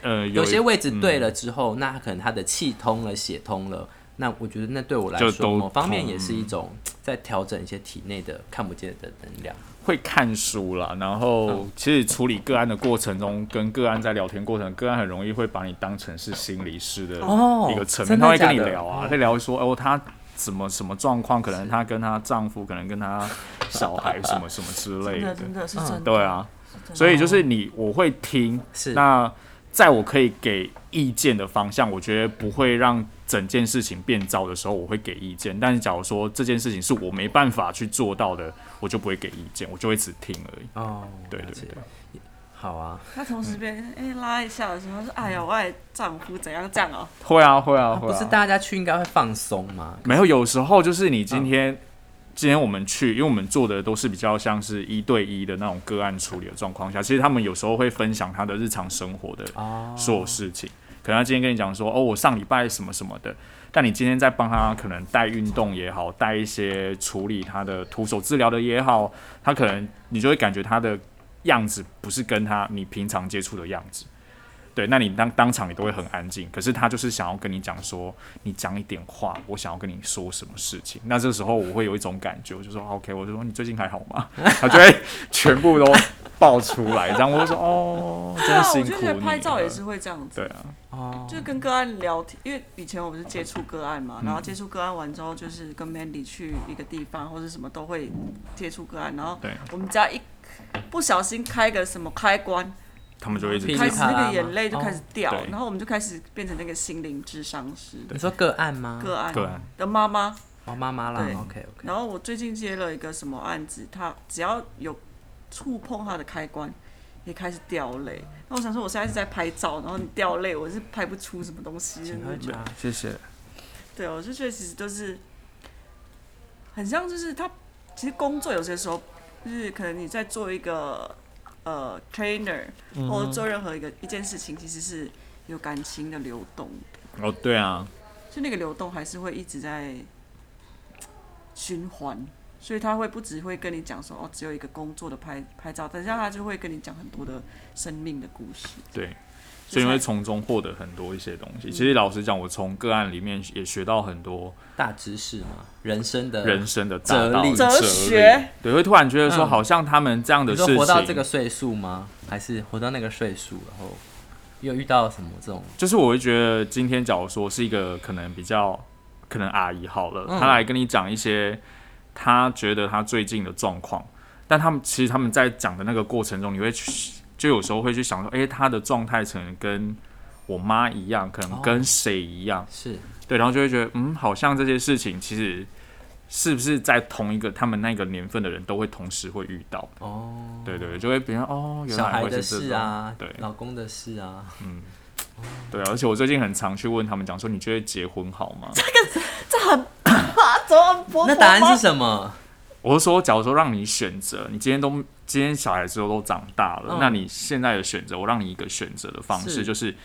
[SPEAKER 3] 呃，
[SPEAKER 1] 有些
[SPEAKER 3] 一
[SPEAKER 1] 位置对
[SPEAKER 3] 嗯
[SPEAKER 1] 了之后，那可能他的气通了、血通了，那我觉得那对我来
[SPEAKER 3] 就
[SPEAKER 1] 说，
[SPEAKER 3] 都
[SPEAKER 1] 某方面
[SPEAKER 3] 通
[SPEAKER 1] 也是一种在调整一些体内的看不见的能量。
[SPEAKER 3] 会看书啦，然后其实处理个案的过程中，跟个案在聊天过程，个案很容易会把你当成是心理师的
[SPEAKER 1] 哦
[SPEAKER 3] 一个层
[SPEAKER 1] 真
[SPEAKER 3] 面，
[SPEAKER 1] 的
[SPEAKER 3] 他会跟你
[SPEAKER 1] 假的
[SPEAKER 3] 聊啊
[SPEAKER 1] 哦，
[SPEAKER 3] 会聊说哦，她什么什么状况，可能她跟她丈夫，可能跟她小孩什么什么之
[SPEAKER 2] 真
[SPEAKER 3] 类的
[SPEAKER 2] 的，真的是真的，
[SPEAKER 3] 对啊，
[SPEAKER 2] 真的
[SPEAKER 3] 所以就是你我会听，
[SPEAKER 1] 是
[SPEAKER 3] 那在我可以给意见的方向，我觉得不会让整件事情变糟的时候，我会给意见。但是假如说这件事情是我没办法去做到的，我就不会给意见，我就会只听而已。
[SPEAKER 1] 哦，
[SPEAKER 3] 对
[SPEAKER 1] 了
[SPEAKER 3] 对
[SPEAKER 1] 解
[SPEAKER 3] 对，
[SPEAKER 1] 好啊，
[SPEAKER 2] 他同时被哎、拉一下的时候，他说：“哎呀，我爱丈夫怎样这样哦、
[SPEAKER 3] 会啊会啊会
[SPEAKER 1] 不是
[SPEAKER 3] 啊，
[SPEAKER 1] 大家去应该会放松吗？
[SPEAKER 3] 没有有时候就是你今天。今天我们去，因为我们做的都是比较像是一对一的那种个案处理的状况下，其实他们有时候会分享他的日常生活的
[SPEAKER 1] 哦，
[SPEAKER 3] 所有事情。可能他今天跟你讲说，哦，我上礼拜什么什么的，但你今天在帮他可能带运动也好，带一些处理他的徒手治疗的也好，他可能你就会感觉他的样子不是跟他你平常接触的样子。对，那你当当场你都会很安静，可是他就是想要跟你讲说，你讲一点话，我想要跟你说什么事情。那这时候我会有一种感觉，我就说 OK，我就说你最近还好吗？ 他就会全部都爆出来，然后我就说哦，
[SPEAKER 2] 对
[SPEAKER 3] 真
[SPEAKER 2] 啊，我
[SPEAKER 3] 辛
[SPEAKER 2] 就
[SPEAKER 3] 苦
[SPEAKER 2] 觉得
[SPEAKER 3] 你
[SPEAKER 2] 拍照
[SPEAKER 3] 了
[SPEAKER 2] 也是会这样子，
[SPEAKER 3] 对啊，
[SPEAKER 1] 哦，
[SPEAKER 2] 就是跟个案聊天，因为以前我们是接触个案嘛，然后接触个案完之后，就是跟 Mandy 去一个地方或者什么都会接触个案，然后
[SPEAKER 3] 对
[SPEAKER 2] 我们只要一不小心开个什么开关，
[SPEAKER 3] 他们就会一直
[SPEAKER 1] 噼里
[SPEAKER 2] 嗯开
[SPEAKER 1] 啪
[SPEAKER 2] 始
[SPEAKER 1] 啦
[SPEAKER 2] 那
[SPEAKER 1] 吗
[SPEAKER 2] 个眼泪就开始掉，
[SPEAKER 3] 对
[SPEAKER 2] 然后我们就开始变成那个心灵智商师
[SPEAKER 1] 你说个案吗？
[SPEAKER 2] 个案
[SPEAKER 3] 对啊
[SPEAKER 2] 的妈妈，
[SPEAKER 1] 哦，妈妈啦
[SPEAKER 2] 对
[SPEAKER 1] ，OK OK，
[SPEAKER 2] 然后我最近接了一个什么案子，他只要有触碰他的开关，也开始掉泪。那我想说，我现在是在拍照，然后你掉泪，我是拍不出什么东西。
[SPEAKER 1] 请喝酒啊。
[SPEAKER 3] 谢谢。
[SPEAKER 2] 对，我就觉得其实都是很像，就是他其实工作有些时候就是可能你在做一个呃 trainer
[SPEAKER 1] 嗯
[SPEAKER 2] 或者做任何一个一件事情，其实是有感情的流动，
[SPEAKER 3] 哦，对啊，
[SPEAKER 2] 就那个流动还是会一直在循环，所以他会不只会跟你讲说哦，只有一个工作的拍拍照，等一下他就会跟你讲很多的生命的故事。
[SPEAKER 3] 对，所以你会从中获得很多一些东
[SPEAKER 2] 嗯
[SPEAKER 3] 西。其实老实讲，我从个案里面也学到很多
[SPEAKER 1] 大知识嘛，人生的
[SPEAKER 3] 人，生的大
[SPEAKER 1] 哲
[SPEAKER 3] 道
[SPEAKER 1] 理
[SPEAKER 3] 理、
[SPEAKER 2] 嗯哲
[SPEAKER 3] 理
[SPEAKER 2] 学。
[SPEAKER 3] 对，会突然觉得说，
[SPEAKER 1] 嗯
[SPEAKER 3] 好像他们这样的
[SPEAKER 1] 你
[SPEAKER 3] 事
[SPEAKER 1] 说
[SPEAKER 3] 情，
[SPEAKER 1] 活到这个岁数吗？还是活到那个岁数，然后又遇到什么这种？
[SPEAKER 3] 就是我会觉得，今天假如说是一个可能比较可能阿姨好了，
[SPEAKER 1] 嗯
[SPEAKER 3] 她来跟你讲一些她觉得她最近的状况，但他们其实他们在讲的那个过程中，你会去就有时候会去想说，诶，她的状态可能跟我妈一样，可
[SPEAKER 1] 哦
[SPEAKER 3] 能跟谁一样，
[SPEAKER 1] 是
[SPEAKER 3] 对，然后就会觉得，嗯，好像这些事情其实是不是在同一个他们那个年份的人都会同时会遇到？
[SPEAKER 1] 哦，
[SPEAKER 3] 对对对，就会比较哦，原
[SPEAKER 1] 小
[SPEAKER 3] 来
[SPEAKER 1] 孩
[SPEAKER 3] 会
[SPEAKER 1] 的
[SPEAKER 3] 是这
[SPEAKER 1] 事
[SPEAKER 3] 种
[SPEAKER 1] 啊，
[SPEAKER 3] 对
[SPEAKER 1] 老公的事啊，
[SPEAKER 3] 对啊，而且我最近很常去问他们讲说，你觉得结婚好吗？
[SPEAKER 2] 啊，怎么婆婆
[SPEAKER 1] 那答案
[SPEAKER 2] 妈
[SPEAKER 1] 是什么？
[SPEAKER 3] 我是说，假如说让你选择，你今天都今天小孩子都都长大了，
[SPEAKER 1] 嗯
[SPEAKER 3] 那你现在的选择，我让你一个选择的方式，
[SPEAKER 1] 是
[SPEAKER 3] 就是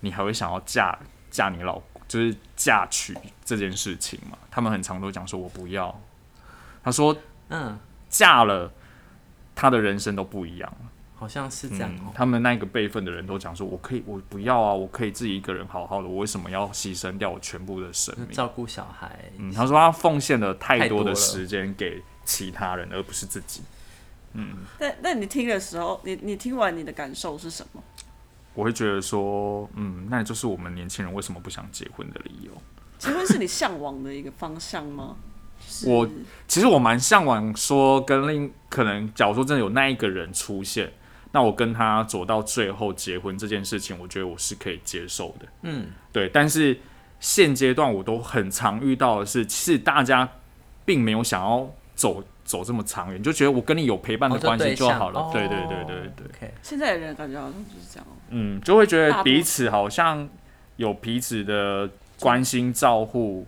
[SPEAKER 3] 你还会想要嫁嫁你老，就是嫁娶这件事情嘛？他们很常都讲说我不要，他说
[SPEAKER 1] 嗯，
[SPEAKER 3] 嫁了，他的人生都不一样了。
[SPEAKER 1] 好像是这样
[SPEAKER 3] 嗯
[SPEAKER 1] 哦，。
[SPEAKER 3] 他们那个辈分的人都讲说，我可以，我不要啊，我可以自己一个人好好的，我为什么要牺牲掉我全部的生
[SPEAKER 1] 就
[SPEAKER 3] 命？
[SPEAKER 1] 照顾小孩，
[SPEAKER 3] 嗯，他说他奉献了太
[SPEAKER 1] 太多
[SPEAKER 3] 多的
[SPEAKER 1] 了
[SPEAKER 3] 时间给其他人，而不是自己。
[SPEAKER 2] 那那你听的时候，你你听完你的感受是什么？
[SPEAKER 3] 我会觉得说，嗯，那就是我们年轻人为什么不想结婚的理由。
[SPEAKER 2] 结婚是你向往的一个方向 吗？是
[SPEAKER 3] 我其实我蛮向往说，跟另可能，假如说真的有那一个人出现，那我跟他走到最后结婚这件事情，我觉得我是可以接受的。
[SPEAKER 1] 嗯，
[SPEAKER 3] 对。但是现阶段我都很常遇到的是，其实大家并没有想要走走这么长远，就觉得我跟你有陪伴
[SPEAKER 1] 哦
[SPEAKER 3] 的关系就好了。对对对对对。
[SPEAKER 1] 对
[SPEAKER 2] 现在的人感觉好像就是这样哦，
[SPEAKER 3] 嗯，就会觉
[SPEAKER 2] 大
[SPEAKER 3] 得
[SPEAKER 2] 部分
[SPEAKER 3] 彼此好像有彼此的关心照护，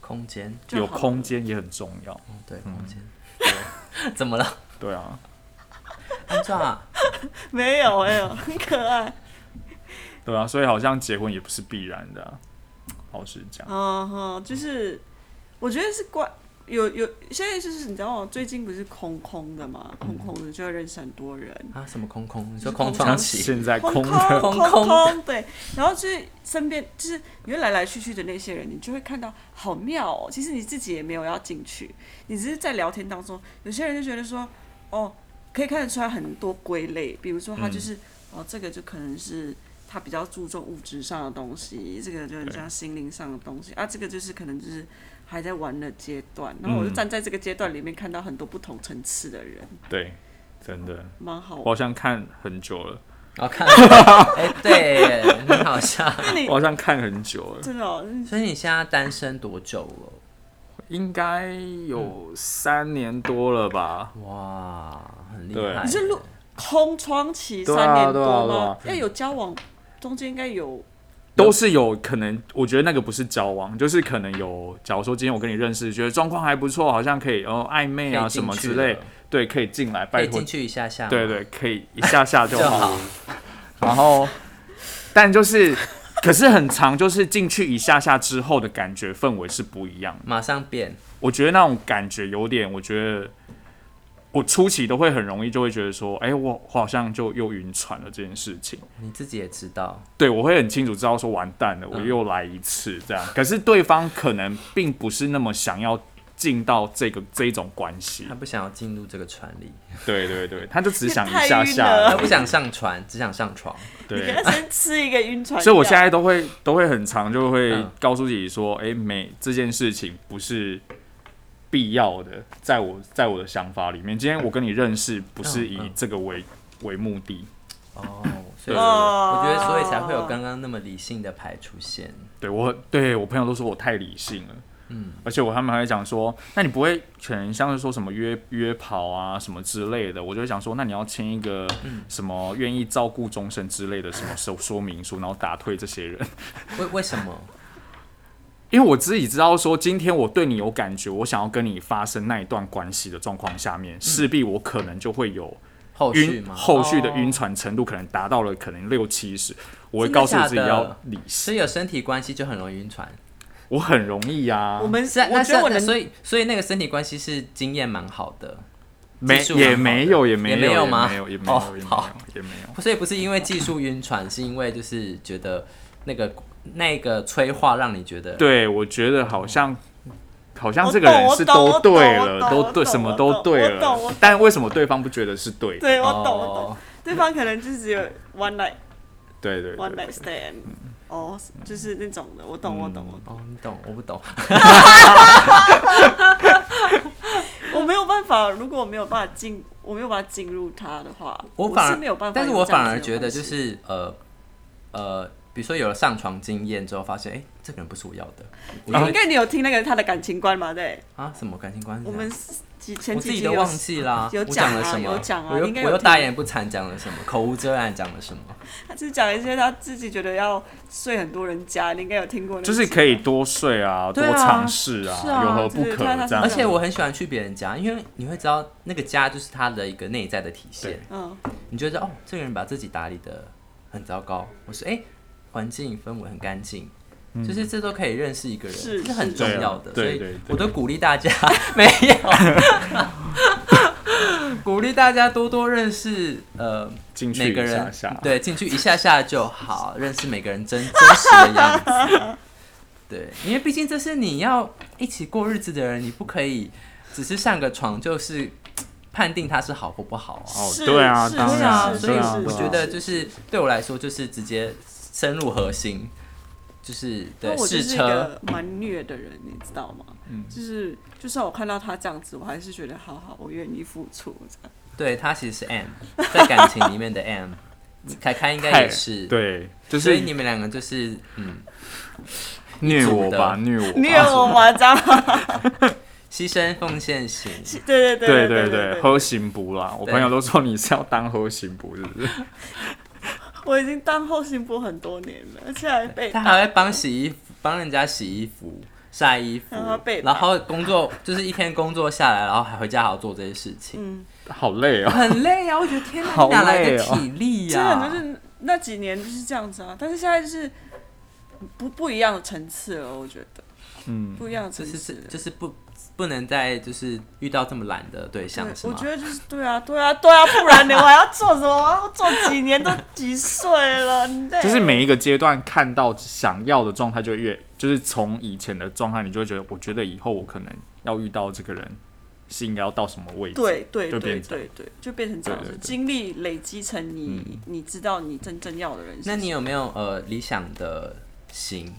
[SPEAKER 1] 空间，
[SPEAKER 2] 就
[SPEAKER 3] 有
[SPEAKER 2] 好了
[SPEAKER 3] 空间也很重要。
[SPEAKER 1] 嗯对，空间。对 怎么了？
[SPEAKER 3] 对啊，
[SPEAKER 1] 安壮啊，
[SPEAKER 2] 没有没有，很可爱。
[SPEAKER 3] 对啊，所以好像结婚也不是必然的、啊，老实讲。
[SPEAKER 2] 嗯哼，就是我觉得是关有有现在就是你知道最近不是空空的嘛，空空的就会认识很多人，
[SPEAKER 1] 啊，什么空空？你说
[SPEAKER 2] 是
[SPEAKER 1] 空
[SPEAKER 2] 空
[SPEAKER 1] 窗
[SPEAKER 2] 窗
[SPEAKER 1] 期？
[SPEAKER 3] 现在空
[SPEAKER 2] 空
[SPEAKER 3] 的
[SPEAKER 1] 空
[SPEAKER 2] 空
[SPEAKER 1] 空
[SPEAKER 2] 空对，然后就是身边就是你会来来去去的那些人，你就会看到好妙哦。其实你自己也没有要进去，你只是在聊天当中，有些人就觉得说，哦，可以看得出来很多归类，比如说他
[SPEAKER 3] 嗯
[SPEAKER 2] 就是、哦，这个就可能是他比较注重物质上的东西，这个就很像心灵上的东西啊，这个就是可能就是还在玩的阶段。然后我就
[SPEAKER 3] 嗯
[SPEAKER 2] 站在这个阶段里面，看到很多不同层次的人，
[SPEAKER 3] 对，真的，
[SPEAKER 2] 蛮好
[SPEAKER 3] 我
[SPEAKER 2] 玩
[SPEAKER 3] 好像看很久了，
[SPEAKER 1] 我看， 哎、对耶，很好笑。
[SPEAKER 3] 我好像看很久了，
[SPEAKER 2] 真的、哦，嗯
[SPEAKER 1] 所以你现在单身多久了？
[SPEAKER 3] 应该有三年多了吧？
[SPEAKER 1] 哇，很厉
[SPEAKER 3] 对
[SPEAKER 1] 害。
[SPEAKER 2] 你是录空窗期
[SPEAKER 3] 对
[SPEAKER 2] 三
[SPEAKER 3] 啊
[SPEAKER 2] 年多
[SPEAKER 3] 对啊
[SPEAKER 2] 吗？
[SPEAKER 3] 对
[SPEAKER 2] 要有交往，中间应该有
[SPEAKER 3] 都是有可能，我觉得那个不是交往，就是可能有。假如说今天我跟你认识，觉得状况还不错，好像可以哦暧昧
[SPEAKER 1] 可
[SPEAKER 3] 啊
[SPEAKER 1] 以进
[SPEAKER 3] 什么
[SPEAKER 1] 去
[SPEAKER 3] 之类
[SPEAKER 1] 了，
[SPEAKER 3] 对，可以进来，
[SPEAKER 1] 可
[SPEAKER 3] 拜
[SPEAKER 1] 以
[SPEAKER 3] 托
[SPEAKER 1] 进，去一下下吗。
[SPEAKER 3] 对对，可以一下下就
[SPEAKER 1] 就
[SPEAKER 3] 好
[SPEAKER 1] 好。
[SPEAKER 3] 然后，但就是，可是很长，就是进去一下下之后的感觉氛围是不一样的。
[SPEAKER 1] 马上变。
[SPEAKER 3] 我觉得那种感觉有点，我觉得我初期都会很容易就会觉得说，哎、我我好像就又晕船了这件事情。
[SPEAKER 1] 你自己也知道，
[SPEAKER 3] 对，我会很清楚知道说完蛋了，
[SPEAKER 1] 嗯
[SPEAKER 3] 我又来一次这样。可是对方可能并不是那么想要进到这个这一种关 系
[SPEAKER 1] 他。不想要进入这个船里，
[SPEAKER 3] 对对对，他就只想
[SPEAKER 2] 太
[SPEAKER 3] 一
[SPEAKER 2] 晕
[SPEAKER 3] 下下
[SPEAKER 2] 了
[SPEAKER 1] 他
[SPEAKER 3] 而已。
[SPEAKER 1] 不想上船，只想上床。
[SPEAKER 2] 你
[SPEAKER 3] 对
[SPEAKER 2] 给，他先吃一个晕船药。
[SPEAKER 3] 所以我现在都会都会很常就会
[SPEAKER 1] 嗯
[SPEAKER 3] 告诉自己说，哎、每这件事情不是必要的，在我在我的想法里面，今天我跟你认识不是以
[SPEAKER 1] 嗯嗯
[SPEAKER 3] 这个为、为目的，
[SPEAKER 1] 哦，所以
[SPEAKER 3] 对对对
[SPEAKER 1] 我
[SPEAKER 2] 哦
[SPEAKER 1] 觉得，所以才会有刚刚那么理性的牌出现。
[SPEAKER 3] 对我对我朋友都说我太理性了。嗯，而且我他们还会讲说，那你不会可能像是说什么约约跑啊什么之类的，我就会想说，那你要签一个
[SPEAKER 1] 嗯
[SPEAKER 3] 什么愿意照顾终身之类的什么说说明书，然后打退这些人。
[SPEAKER 1] 为为什么？
[SPEAKER 3] 因为我自己知道说，今天我对你有感觉，我想要跟你发生那一段关系的状况下
[SPEAKER 2] 嗯
[SPEAKER 3] 面，势必我可能就会有
[SPEAKER 1] 后续
[SPEAKER 3] 晕
[SPEAKER 1] 吗？
[SPEAKER 3] 后续的晕
[SPEAKER 1] 哦。
[SPEAKER 3] 船程度，可能达到了可能六七十，我会
[SPEAKER 1] 真的
[SPEAKER 3] 告诉
[SPEAKER 1] 假
[SPEAKER 3] 自己
[SPEAKER 1] 的
[SPEAKER 3] 要理性，
[SPEAKER 1] 所以有身体关系就很容易晕船。
[SPEAKER 3] 我很容易啊
[SPEAKER 2] 我，们
[SPEAKER 1] 是啊，
[SPEAKER 2] 我
[SPEAKER 1] 那
[SPEAKER 2] 觉得我
[SPEAKER 1] 是
[SPEAKER 2] 能
[SPEAKER 1] 所以所以那个身体关系是经验蛮好的，
[SPEAKER 3] 没
[SPEAKER 1] 技术蛮
[SPEAKER 3] 也
[SPEAKER 1] 好
[SPEAKER 3] 没
[SPEAKER 1] 的
[SPEAKER 3] 有也没
[SPEAKER 1] 也没
[SPEAKER 3] 有
[SPEAKER 1] 有
[SPEAKER 3] 也
[SPEAKER 1] 吗
[SPEAKER 3] 没有也没
[SPEAKER 1] 哦
[SPEAKER 3] 有也没
[SPEAKER 1] 好
[SPEAKER 3] 有也没有，
[SPEAKER 1] 所以不是因为技术晕船，是因为就是觉得那个那个催化让你觉得
[SPEAKER 3] 对我觉得好像。好像
[SPEAKER 2] 我
[SPEAKER 3] 这个人
[SPEAKER 2] 懂我
[SPEAKER 3] 是
[SPEAKER 2] 懂
[SPEAKER 3] 都
[SPEAKER 2] 我
[SPEAKER 3] 对
[SPEAKER 2] 懂我
[SPEAKER 3] 了，
[SPEAKER 2] 懂
[SPEAKER 3] 都
[SPEAKER 2] 我
[SPEAKER 3] 对，
[SPEAKER 2] 懂
[SPEAKER 3] 什么
[SPEAKER 2] 我
[SPEAKER 3] 都
[SPEAKER 2] 懂
[SPEAKER 3] 对
[SPEAKER 2] 我
[SPEAKER 3] 了
[SPEAKER 2] 懂我，
[SPEAKER 3] 但为什么对方不觉得是对的？
[SPEAKER 2] 对我
[SPEAKER 1] 哦
[SPEAKER 2] 懂我懂，对方可能就是只有 one night
[SPEAKER 3] 对对
[SPEAKER 2] one
[SPEAKER 3] 对
[SPEAKER 2] night stand，哦，
[SPEAKER 3] 嗯
[SPEAKER 2] 就是那种的，我懂我懂我懂，
[SPEAKER 1] 哦，你懂我不懂，
[SPEAKER 3] 嗯
[SPEAKER 2] 我没有办法，如果我没有办法进，我没有办法进入他的话，我
[SPEAKER 1] 反而
[SPEAKER 2] 是没有办法，
[SPEAKER 1] 但是我反而觉得就。是呃呃，比如说有了上床经验之后，发现哎、诶这个人不是我要的，我就
[SPEAKER 2] 应
[SPEAKER 1] 会
[SPEAKER 2] 该你有听那个他的感情观嘛？对，
[SPEAKER 1] 啊什么感情关系啊、
[SPEAKER 2] 我们几前
[SPEAKER 1] 我自
[SPEAKER 2] 几
[SPEAKER 1] 己
[SPEAKER 2] 集
[SPEAKER 1] 都
[SPEAKER 2] 有
[SPEAKER 1] 忘记啦，
[SPEAKER 2] 有
[SPEAKER 1] 我讲了
[SPEAKER 2] 讲啊
[SPEAKER 1] 什么？
[SPEAKER 2] 有讲啊
[SPEAKER 1] 我又
[SPEAKER 2] 你应该
[SPEAKER 1] 我
[SPEAKER 2] 有
[SPEAKER 1] 又大
[SPEAKER 2] 听
[SPEAKER 1] 言不惭讲了什么，口无遮拦讲了什 么？
[SPEAKER 2] 他只讲了一些他自己觉得要睡很多人家，你应该有听过那集。
[SPEAKER 3] 就是可以多睡啊，多
[SPEAKER 1] 对啊
[SPEAKER 3] 尝试啊，
[SPEAKER 1] 是啊
[SPEAKER 3] 有何不可
[SPEAKER 2] 就是
[SPEAKER 3] 这样？
[SPEAKER 1] 而且我很喜欢去别人家，因为你会知道那个家就是他的一个内在的体现
[SPEAKER 3] 对。
[SPEAKER 2] 嗯，
[SPEAKER 1] 你觉得哦，这个人把自己打理的很糟糕，我说哎，环、境氛围很干净。就是这都可以认识一个人，
[SPEAKER 2] 是
[SPEAKER 1] 这很
[SPEAKER 2] 是
[SPEAKER 1] 重
[SPEAKER 3] 对啊
[SPEAKER 1] 要的，
[SPEAKER 3] 嗯对
[SPEAKER 1] 所以
[SPEAKER 3] 对对
[SPEAKER 1] 我都鼓励大家 没 有，鼓励大家多多认识呃
[SPEAKER 3] 进去
[SPEAKER 1] 每个
[SPEAKER 3] 一下
[SPEAKER 1] 人
[SPEAKER 3] 下，
[SPEAKER 1] 对进去一下下就好，认识每个人真真实的样子。对，因为毕竟这是你要一起过日子的人，你不可以只是上个床就是判定他是好或不好啊。
[SPEAKER 3] 哦
[SPEAKER 2] 是
[SPEAKER 3] 对啊
[SPEAKER 2] 是
[SPEAKER 3] 当
[SPEAKER 1] 对
[SPEAKER 3] 然
[SPEAKER 1] 啊，
[SPEAKER 2] 是
[SPEAKER 1] 所以
[SPEAKER 3] 对啊
[SPEAKER 1] 我
[SPEAKER 3] 对啊
[SPEAKER 1] 觉得就是对我来说，就是直接深入核心，就是嗯
[SPEAKER 2] 因为
[SPEAKER 1] 对
[SPEAKER 2] 我就
[SPEAKER 1] 试
[SPEAKER 2] 是一
[SPEAKER 1] 车。
[SPEAKER 2] 个蛮虐的人，你知道吗？就是就算我看到他这样子，我还是觉得好好，我愿意付出这样。
[SPEAKER 1] 对他其实是 M，在感情里面的 M，凯凯应该
[SPEAKER 3] 太
[SPEAKER 1] 也是。，
[SPEAKER 3] 对，就
[SPEAKER 1] 所
[SPEAKER 3] 是
[SPEAKER 1] 以你们两个就是嗯，
[SPEAKER 3] 虐我吧，
[SPEAKER 1] 一
[SPEAKER 3] 虐我吧，
[SPEAKER 2] 虐我吗？这样？
[SPEAKER 1] 牺牲奉献型。
[SPEAKER 2] 对对
[SPEAKER 3] 对
[SPEAKER 2] 对
[SPEAKER 3] 对对，
[SPEAKER 2] 对。
[SPEAKER 3] 喝行不啦，我
[SPEAKER 1] 对
[SPEAKER 3] 朋友都说你是要当喝行不，是不是？
[SPEAKER 2] 我已经当后勤部很多年了，而且还被
[SPEAKER 1] 他还会帮洗衣服，帮人家洗衣服、晒衣服
[SPEAKER 2] 然后嗯被，打
[SPEAKER 1] 然后工作就是一天工作下来，然后还回家还要做这些事情，
[SPEAKER 2] 嗯
[SPEAKER 3] 好累哦。
[SPEAKER 1] 很累啊！我觉得天哪，
[SPEAKER 3] 好
[SPEAKER 1] 你哪来的
[SPEAKER 3] 累哦
[SPEAKER 1] 体力啊
[SPEAKER 2] 真
[SPEAKER 1] 呀、
[SPEAKER 2] 的就是那几年就是这样子啊，但是现在就是不不一样的层次了，我觉得
[SPEAKER 3] 嗯，
[SPEAKER 2] 不一样的
[SPEAKER 1] 就
[SPEAKER 2] 层
[SPEAKER 1] 是
[SPEAKER 2] 次
[SPEAKER 1] 是
[SPEAKER 2] 了。
[SPEAKER 1] 就是不不能再就是遇到这么懒的对象，是
[SPEAKER 2] 嗯我
[SPEAKER 1] 吗？
[SPEAKER 2] 觉得就是对啊，对啊，对啊，不然 呢，我还要做什么？我要做几年都几岁了，你得
[SPEAKER 3] 就是每一个阶段看到想要的状态，就越就是从以前的状态，你就会觉得，我觉得以后我可能要遇到这个人，是应该要到什么位置？
[SPEAKER 2] 对对
[SPEAKER 3] 就
[SPEAKER 2] 对
[SPEAKER 3] 变成
[SPEAKER 2] 对对，就变成这样
[SPEAKER 3] 对嗯
[SPEAKER 2] 子，
[SPEAKER 3] 对对
[SPEAKER 2] 经历累积成你你知道你真正要的人是谁。
[SPEAKER 1] 那你有没有呃理想的型？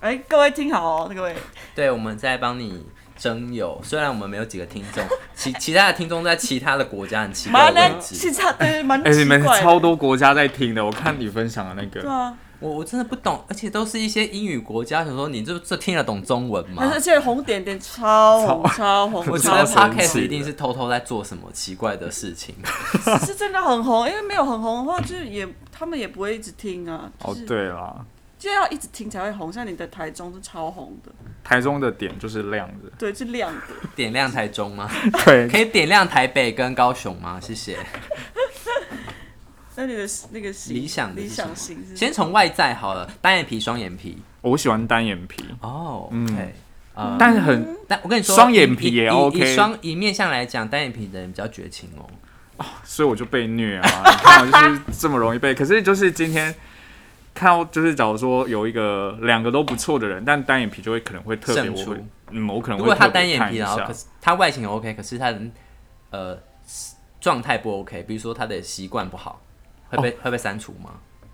[SPEAKER 2] 哎，各位听好哦，各位，
[SPEAKER 1] 对，我们在帮你征友。虽然我们没有几个听众，其其他的听众在其他的国家很奇怪
[SPEAKER 2] 蛮
[SPEAKER 1] 的位
[SPEAKER 2] 难，
[SPEAKER 1] 置
[SPEAKER 2] 是。差对，蛮
[SPEAKER 3] 哎、
[SPEAKER 2] 奇
[SPEAKER 3] 你们
[SPEAKER 2] 怪的
[SPEAKER 3] 超多国家在听的，我看你分享的那
[SPEAKER 2] 对
[SPEAKER 3] 个，
[SPEAKER 2] 啊，
[SPEAKER 1] 我我真的不懂，而且都是一些英语国家，想说你这这听得懂中文吗
[SPEAKER 2] 但？是而且红点点超红超红，
[SPEAKER 1] 我觉
[SPEAKER 2] 超
[SPEAKER 1] 得
[SPEAKER 2] 红
[SPEAKER 3] 超神
[SPEAKER 1] podcast
[SPEAKER 3] 奇
[SPEAKER 1] 一定是偷偷在做什么奇怪的事情。
[SPEAKER 2] 是真的很红，因为没有很红的话，就是也他们也不会一直听啊，就
[SPEAKER 3] 哦
[SPEAKER 2] 是，
[SPEAKER 3] 对啦，
[SPEAKER 2] 就要一直听才会红。像你的台中是超红的，
[SPEAKER 3] 台中的点就是亮的，
[SPEAKER 2] 对，是亮的。
[SPEAKER 1] 点亮台中吗？
[SPEAKER 3] 对，
[SPEAKER 1] 可以点亮台北跟高雄吗？谢谢。
[SPEAKER 2] 那你的那个型
[SPEAKER 1] 理想的
[SPEAKER 2] 理
[SPEAKER 1] 是什
[SPEAKER 2] 想
[SPEAKER 1] 么
[SPEAKER 2] 型是
[SPEAKER 1] 先从外在好了，单眼皮、双眼皮。
[SPEAKER 3] 我喜欢单眼皮，
[SPEAKER 1] 哦、
[SPEAKER 3] 嗯
[SPEAKER 1] o k 呃，
[SPEAKER 3] 但是很
[SPEAKER 1] 但我跟你说，
[SPEAKER 3] 双眼皮也
[SPEAKER 1] 以以
[SPEAKER 3] OK
[SPEAKER 1] 以双以面相来讲，单眼皮的人比较绝情哦。
[SPEAKER 3] 所以我就被虐啊！你看我就是这么容易被。可是就是今天看到，就是假如说有一个两个都不错的人，但单眼皮就会可能会特别，
[SPEAKER 1] 胜
[SPEAKER 3] 我
[SPEAKER 1] 出
[SPEAKER 3] 会嗯，我可能
[SPEAKER 1] 如
[SPEAKER 3] 会
[SPEAKER 1] 果他
[SPEAKER 3] 特别
[SPEAKER 1] 单眼
[SPEAKER 3] 看
[SPEAKER 1] 皮，
[SPEAKER 3] 一
[SPEAKER 1] 然后
[SPEAKER 3] 下
[SPEAKER 1] 可是他外形 OK，可是他的呃状态不 OK，比如说他的习惯不好，会
[SPEAKER 3] 哦
[SPEAKER 1] 被、会被删除吗？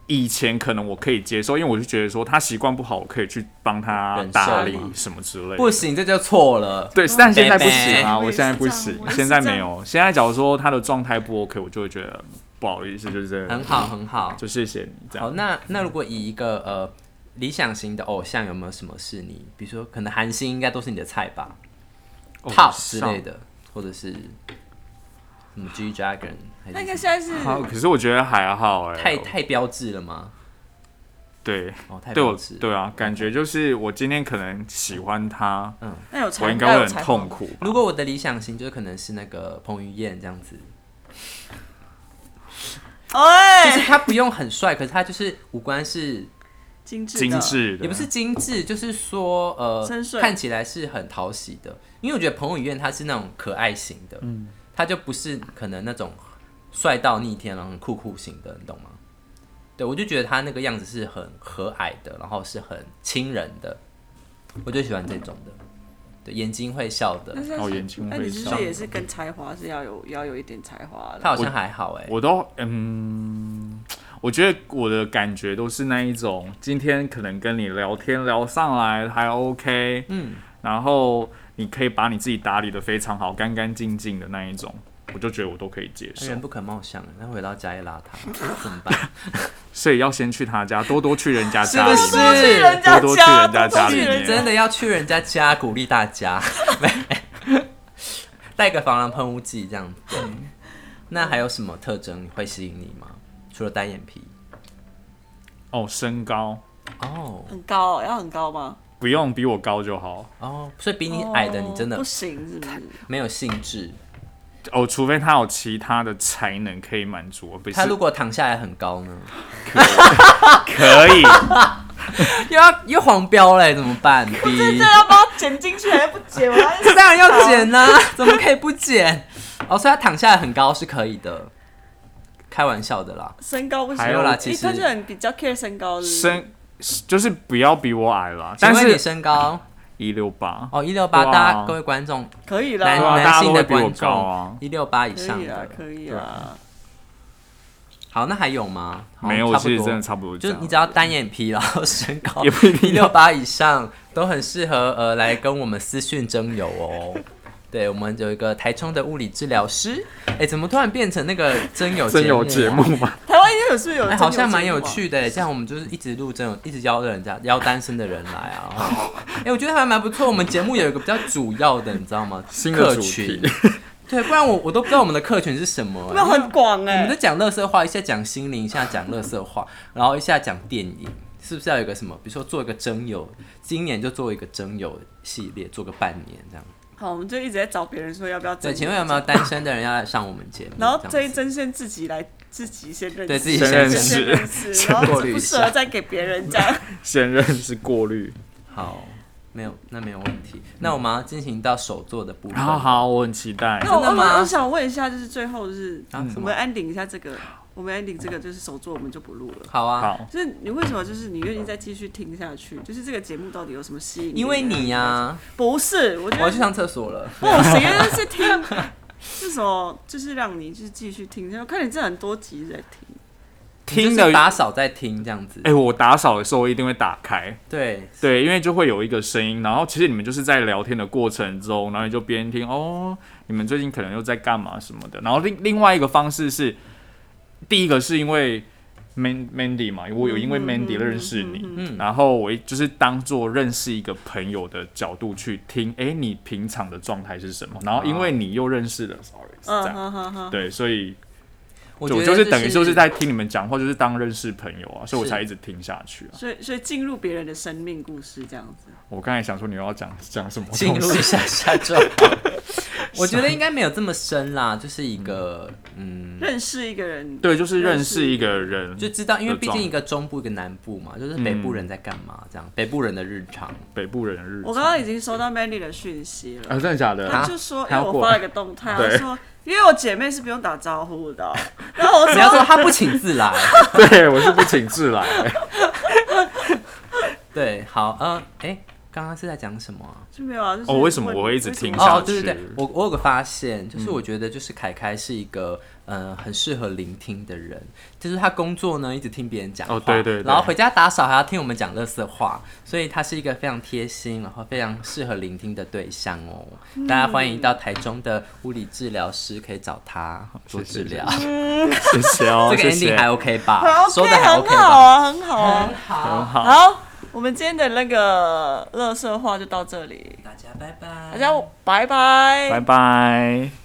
[SPEAKER 3] 以前可能我可以接受，因为我就觉得说他习惯不好，我可以去帮他
[SPEAKER 1] 忍受
[SPEAKER 3] 打理
[SPEAKER 1] 吗
[SPEAKER 3] 什么之类的。
[SPEAKER 1] 不行，这就错了。
[SPEAKER 3] 对，但现在不
[SPEAKER 1] 拜拜
[SPEAKER 3] 行啊！
[SPEAKER 2] 我
[SPEAKER 3] 我
[SPEAKER 2] 也是
[SPEAKER 3] 现在不
[SPEAKER 2] 这样
[SPEAKER 3] 行
[SPEAKER 2] 我也，是
[SPEAKER 3] 现在
[SPEAKER 2] 这样
[SPEAKER 3] 没有。现在假如说他的状态不 OK，我就会觉得不好意思，就是真的
[SPEAKER 1] 很好，很好。
[SPEAKER 3] 就谢谢你这
[SPEAKER 1] 好，
[SPEAKER 3] 样。
[SPEAKER 1] 那那如果以一个呃理想型的偶像，有没有什么是你，比如说可能韩星应该都是你的菜吧、
[SPEAKER 3] 哦
[SPEAKER 1] t o p 之类。
[SPEAKER 3] 上啊
[SPEAKER 1] 的，或者是什么 G Dragon，
[SPEAKER 2] 那
[SPEAKER 1] 还
[SPEAKER 2] 应该
[SPEAKER 1] 是
[SPEAKER 2] 现在是
[SPEAKER 3] 好，可是我觉得还好哎、
[SPEAKER 1] 太太标志了吗？
[SPEAKER 3] 对，
[SPEAKER 1] 哦，太
[SPEAKER 3] 对
[SPEAKER 1] 标
[SPEAKER 3] 我
[SPEAKER 1] 志。
[SPEAKER 3] 对啊，感觉就是我今天可能喜欢他，
[SPEAKER 2] 那有才，
[SPEAKER 3] 我应该会
[SPEAKER 2] 有
[SPEAKER 3] 很
[SPEAKER 2] 才
[SPEAKER 3] 痛
[SPEAKER 2] 华。
[SPEAKER 3] 苦吧
[SPEAKER 1] 如。果我的理想型就是可能是那个彭于晏这样子，就是
[SPEAKER 2] 哎，
[SPEAKER 1] 他不用很帅，可是他就是五官是
[SPEAKER 2] 精致的
[SPEAKER 3] 精，致的
[SPEAKER 1] 也不是精致，就是说呃
[SPEAKER 2] 深邃
[SPEAKER 1] 看起来是很讨喜的。因为我觉得彭于晏他是那种可爱型的，
[SPEAKER 3] 嗯
[SPEAKER 1] 他就不是可能那种帅到逆天然后很酷酷型的，你懂吗？对，我就觉得他那个样子是很和蔼的，然后是很亲人的，我就喜欢这种的，对，眼睛会笑的
[SPEAKER 2] 那。现在
[SPEAKER 3] 哦
[SPEAKER 2] 是
[SPEAKER 3] 眼睛
[SPEAKER 2] 那
[SPEAKER 3] 会
[SPEAKER 2] 你是不
[SPEAKER 3] 上
[SPEAKER 2] 是也是跟才华是要有要有一点才华
[SPEAKER 1] 他
[SPEAKER 2] 的？
[SPEAKER 1] 好像还好哎、
[SPEAKER 3] 我都嗯，我觉得我的感觉都是那一种，今天可能跟你聊天聊上来还 OK，
[SPEAKER 1] 嗯，
[SPEAKER 3] 然后你可以把你自己打理的非常好，干干净净的那一种，我就觉得我都可以接受
[SPEAKER 1] 人。不可貌相，那回到家也邋遢，怎么办？
[SPEAKER 3] 所以要先去他家，多多去人家
[SPEAKER 1] 是
[SPEAKER 3] 家里
[SPEAKER 1] 不
[SPEAKER 3] 面，
[SPEAKER 1] 是
[SPEAKER 2] 多去人家
[SPEAKER 3] 多多去
[SPEAKER 2] 家，
[SPEAKER 3] 人家
[SPEAKER 2] 多
[SPEAKER 3] 家
[SPEAKER 2] 去
[SPEAKER 3] 里
[SPEAKER 2] 人
[SPEAKER 3] 面
[SPEAKER 1] 真的要去人家家鼓励大家， 带个防狼喷雾剂这样子。那还有什么特征会吸引你吗？除了单眼皮？
[SPEAKER 3] 哦，身高
[SPEAKER 1] 哦
[SPEAKER 2] 很高哦，要很高吗？
[SPEAKER 3] 不用比我高就好。
[SPEAKER 1] 哦，所以比你矮的你真的
[SPEAKER 2] 哦不行，是不 是？
[SPEAKER 1] 没有兴致。
[SPEAKER 3] 哦，除非他有其他的才能可以满足我，不是
[SPEAKER 1] 他如果躺下来很高呢？
[SPEAKER 3] 可以。
[SPEAKER 1] 又要又黄标嘞，怎么 办？逼
[SPEAKER 2] 这要把它剪进去还不剪，我还
[SPEAKER 1] 当然要剪呐、怎么可以不剪？哦，所以他躺下来很高是可以的，开玩笑的啦。
[SPEAKER 2] 身高不行。
[SPEAKER 3] 还有啦
[SPEAKER 2] 诶
[SPEAKER 1] 其实
[SPEAKER 2] 他就很比较 care 身高的。
[SPEAKER 3] 身就是不要比我矮啦，
[SPEAKER 1] 请
[SPEAKER 3] 但
[SPEAKER 1] 问你
[SPEAKER 3] 是
[SPEAKER 1] 身高
[SPEAKER 3] 一六八
[SPEAKER 1] 哦一六八，
[SPEAKER 3] 哇
[SPEAKER 1] 大家各位观众
[SPEAKER 2] 可以
[SPEAKER 1] 男
[SPEAKER 3] 对啊
[SPEAKER 1] 男
[SPEAKER 2] 啦，
[SPEAKER 3] 大家
[SPEAKER 1] 性的
[SPEAKER 3] 都会比我
[SPEAKER 1] 观
[SPEAKER 3] 高啊
[SPEAKER 1] 众，一六八以
[SPEAKER 2] 可
[SPEAKER 1] 上
[SPEAKER 2] 以啦
[SPEAKER 1] 的，。
[SPEAKER 2] 可以啦。
[SPEAKER 1] 好，那还有吗？好
[SPEAKER 3] 没有，
[SPEAKER 1] 差不
[SPEAKER 3] 其
[SPEAKER 1] 多
[SPEAKER 3] 实真的差不多这
[SPEAKER 1] 就
[SPEAKER 3] 样。
[SPEAKER 1] 你只要单眼皮，然后身高
[SPEAKER 3] 也不一定
[SPEAKER 1] 一
[SPEAKER 3] 啊
[SPEAKER 1] 六八以上，都很适合呃来跟我们私讯征友 哦。对，我们有一个台中的物理治疗师，哎，怎么突然变成那个征 友
[SPEAKER 3] 真有节
[SPEAKER 1] 啊
[SPEAKER 3] 目？吗？
[SPEAKER 2] 台湾应该有是不是有
[SPEAKER 1] 哎、
[SPEAKER 2] 真
[SPEAKER 1] 好像蛮
[SPEAKER 2] 节目
[SPEAKER 1] 有
[SPEAKER 2] 啊
[SPEAKER 1] 趣的耶，这样我们就是一直录这种，一直邀人家邀单身的人来啊。然后哎、我觉得还蛮不错。我们节目有一个比较主要的，你知道吗？
[SPEAKER 3] 新的
[SPEAKER 1] 客
[SPEAKER 3] 主
[SPEAKER 1] 群
[SPEAKER 3] 题，
[SPEAKER 1] 对，不然我我都不知道我们的客群是什么、欸
[SPEAKER 2] 没有很广
[SPEAKER 1] 我
[SPEAKER 2] 哎、
[SPEAKER 1] 们在讲乐色话，一下讲心灵，一下讲乐色话，然后一下讲电影，是不是要有个什么？比如说做一个征友，今年就做一个征友系列，做个半年这样。
[SPEAKER 2] 好，我们就一直在找别人说要不要整
[SPEAKER 1] 对，
[SPEAKER 2] 理
[SPEAKER 1] 请问有没有单身的人要来上我们节目？
[SPEAKER 2] 然后
[SPEAKER 1] 这
[SPEAKER 2] 这
[SPEAKER 1] 样
[SPEAKER 2] 一
[SPEAKER 1] 子
[SPEAKER 2] 针先自己来，自己先认识，
[SPEAKER 1] 对自己
[SPEAKER 3] 先
[SPEAKER 1] 先
[SPEAKER 3] 认识
[SPEAKER 2] 先认识，然后
[SPEAKER 1] 过滤
[SPEAKER 2] 不
[SPEAKER 1] 一
[SPEAKER 2] 适
[SPEAKER 1] 下
[SPEAKER 2] 合再给别人这样。
[SPEAKER 3] 先认识过滤。
[SPEAKER 1] 好，没有，那没有问题。那我们要进行到手做的部分。
[SPEAKER 3] 然后好，我很期待。
[SPEAKER 2] 那我
[SPEAKER 1] 真的吗
[SPEAKER 2] 我我想问一下，就是最后就是
[SPEAKER 1] 啊什
[SPEAKER 2] 我
[SPEAKER 1] 么
[SPEAKER 2] 们 ending 一下这个，我们 ending 这个就是手作，我们就不录了。
[SPEAKER 1] 好啊，
[SPEAKER 3] 好，
[SPEAKER 2] 就是你为什么就是你愿意再继续听下去？就是这个节目到底有什么吸引力？
[SPEAKER 1] 因为你呀、
[SPEAKER 2] 不是，我觉
[SPEAKER 1] 我要
[SPEAKER 2] 得
[SPEAKER 1] 去上厕所了。
[SPEAKER 2] 不行，因为是听是什么，就是让你就是继续听。我看你这很多集在听，
[SPEAKER 3] 听
[SPEAKER 1] 你就
[SPEAKER 3] 的
[SPEAKER 1] 是，打扫在听这样子。
[SPEAKER 3] 哎、我打扫的时候一定会打开，
[SPEAKER 1] 对，
[SPEAKER 3] 对，因为就会有一个声音，然后其实你们就是在聊天的过程中，然后你就边听哦，你们最近可能又在干嘛什么的。然后另另外一个方式是，第一个是因为 Man Mandy 嘛，我有因为 Mandy 认识你，
[SPEAKER 1] 嗯
[SPEAKER 3] 然后我一就是当做认识一个朋友的角度去听，哎，你平常的状态是什么？然后因为
[SPEAKER 1] 啊
[SPEAKER 3] 你又认识了 Sorry，是这
[SPEAKER 2] 嗯
[SPEAKER 3] 样，
[SPEAKER 2] 哈哈哈。
[SPEAKER 3] 对，所以
[SPEAKER 1] 我觉
[SPEAKER 3] 就
[SPEAKER 1] 得
[SPEAKER 3] 我就是等于就是在听你们讲话，就是当认识朋友啊，所以我
[SPEAKER 1] 是
[SPEAKER 3] 才一直听下去啊。
[SPEAKER 2] 所以，所以进入别人的生命故事这样子，
[SPEAKER 3] 我刚才想说你又要讲讲什么
[SPEAKER 1] 进
[SPEAKER 3] 东
[SPEAKER 1] 入
[SPEAKER 3] 西
[SPEAKER 1] 一？下下周 好。我觉得应该没有这么深啦，就是一个嗯，
[SPEAKER 2] 认识一个人，
[SPEAKER 3] 对，就是认
[SPEAKER 2] 认
[SPEAKER 3] 识
[SPEAKER 2] 识
[SPEAKER 3] 一个人，
[SPEAKER 1] 就知道，因为
[SPEAKER 3] 的
[SPEAKER 1] 毕
[SPEAKER 3] 状
[SPEAKER 1] 竟
[SPEAKER 3] 态
[SPEAKER 1] 一个中部一个南部嘛，就是北部人在干嘛这样，
[SPEAKER 3] 嗯
[SPEAKER 1] 北部人的日常。
[SPEAKER 3] 北部人的日
[SPEAKER 2] 我
[SPEAKER 3] 子。
[SPEAKER 2] 刚刚已经收到 Mandy 的讯息了，
[SPEAKER 3] 啊，真的假的？
[SPEAKER 2] 他就说，因
[SPEAKER 3] 他
[SPEAKER 2] 为
[SPEAKER 3] 要
[SPEAKER 2] 我
[SPEAKER 3] 过
[SPEAKER 2] 发
[SPEAKER 3] 来
[SPEAKER 2] 了一个动态，
[SPEAKER 3] 对
[SPEAKER 2] 他说，因为我姐妹是不用打招呼的 哦，然后我
[SPEAKER 1] 不要说
[SPEAKER 2] 说，
[SPEAKER 1] 他不请自来。
[SPEAKER 3] 对我是不请自来。
[SPEAKER 1] 对，好，嗯、诶，哎，刚刚是在讲什么啊？
[SPEAKER 2] 就没有啊，就是
[SPEAKER 3] 哦为什么
[SPEAKER 2] 问
[SPEAKER 3] 我会一直听下
[SPEAKER 1] 哦，
[SPEAKER 3] 去
[SPEAKER 1] 对对对，我我有个发现，就是
[SPEAKER 3] 嗯
[SPEAKER 1] 我觉得就是凯凯是一个嗯、呃很适合聆听的人，就是他工作呢一直听别人讲话，
[SPEAKER 3] 哦对对对
[SPEAKER 1] 然后回家打扫还要听我们讲乐色话，所以他是一个非常贴心，然后非常适合聆听的对象哦。
[SPEAKER 2] 嗯
[SPEAKER 1] 大家欢迎到台中的物理治疗师可以找他做
[SPEAKER 3] 谢谢
[SPEAKER 1] 治疗，
[SPEAKER 3] 谢谢 哦，
[SPEAKER 1] 这个
[SPEAKER 3] 谢谢
[SPEAKER 1] ending。还 OK 吧？
[SPEAKER 2] 很 OK，
[SPEAKER 1] 说的还
[SPEAKER 2] 很
[SPEAKER 1] OK
[SPEAKER 2] 好
[SPEAKER 1] 吧？
[SPEAKER 2] 啊，很好啊，
[SPEAKER 1] 好，
[SPEAKER 3] 嗯好
[SPEAKER 2] 好，我们今天的那个乐色话就到这里，
[SPEAKER 1] 大家拜拜，
[SPEAKER 2] 大家拜拜，
[SPEAKER 3] 拜拜。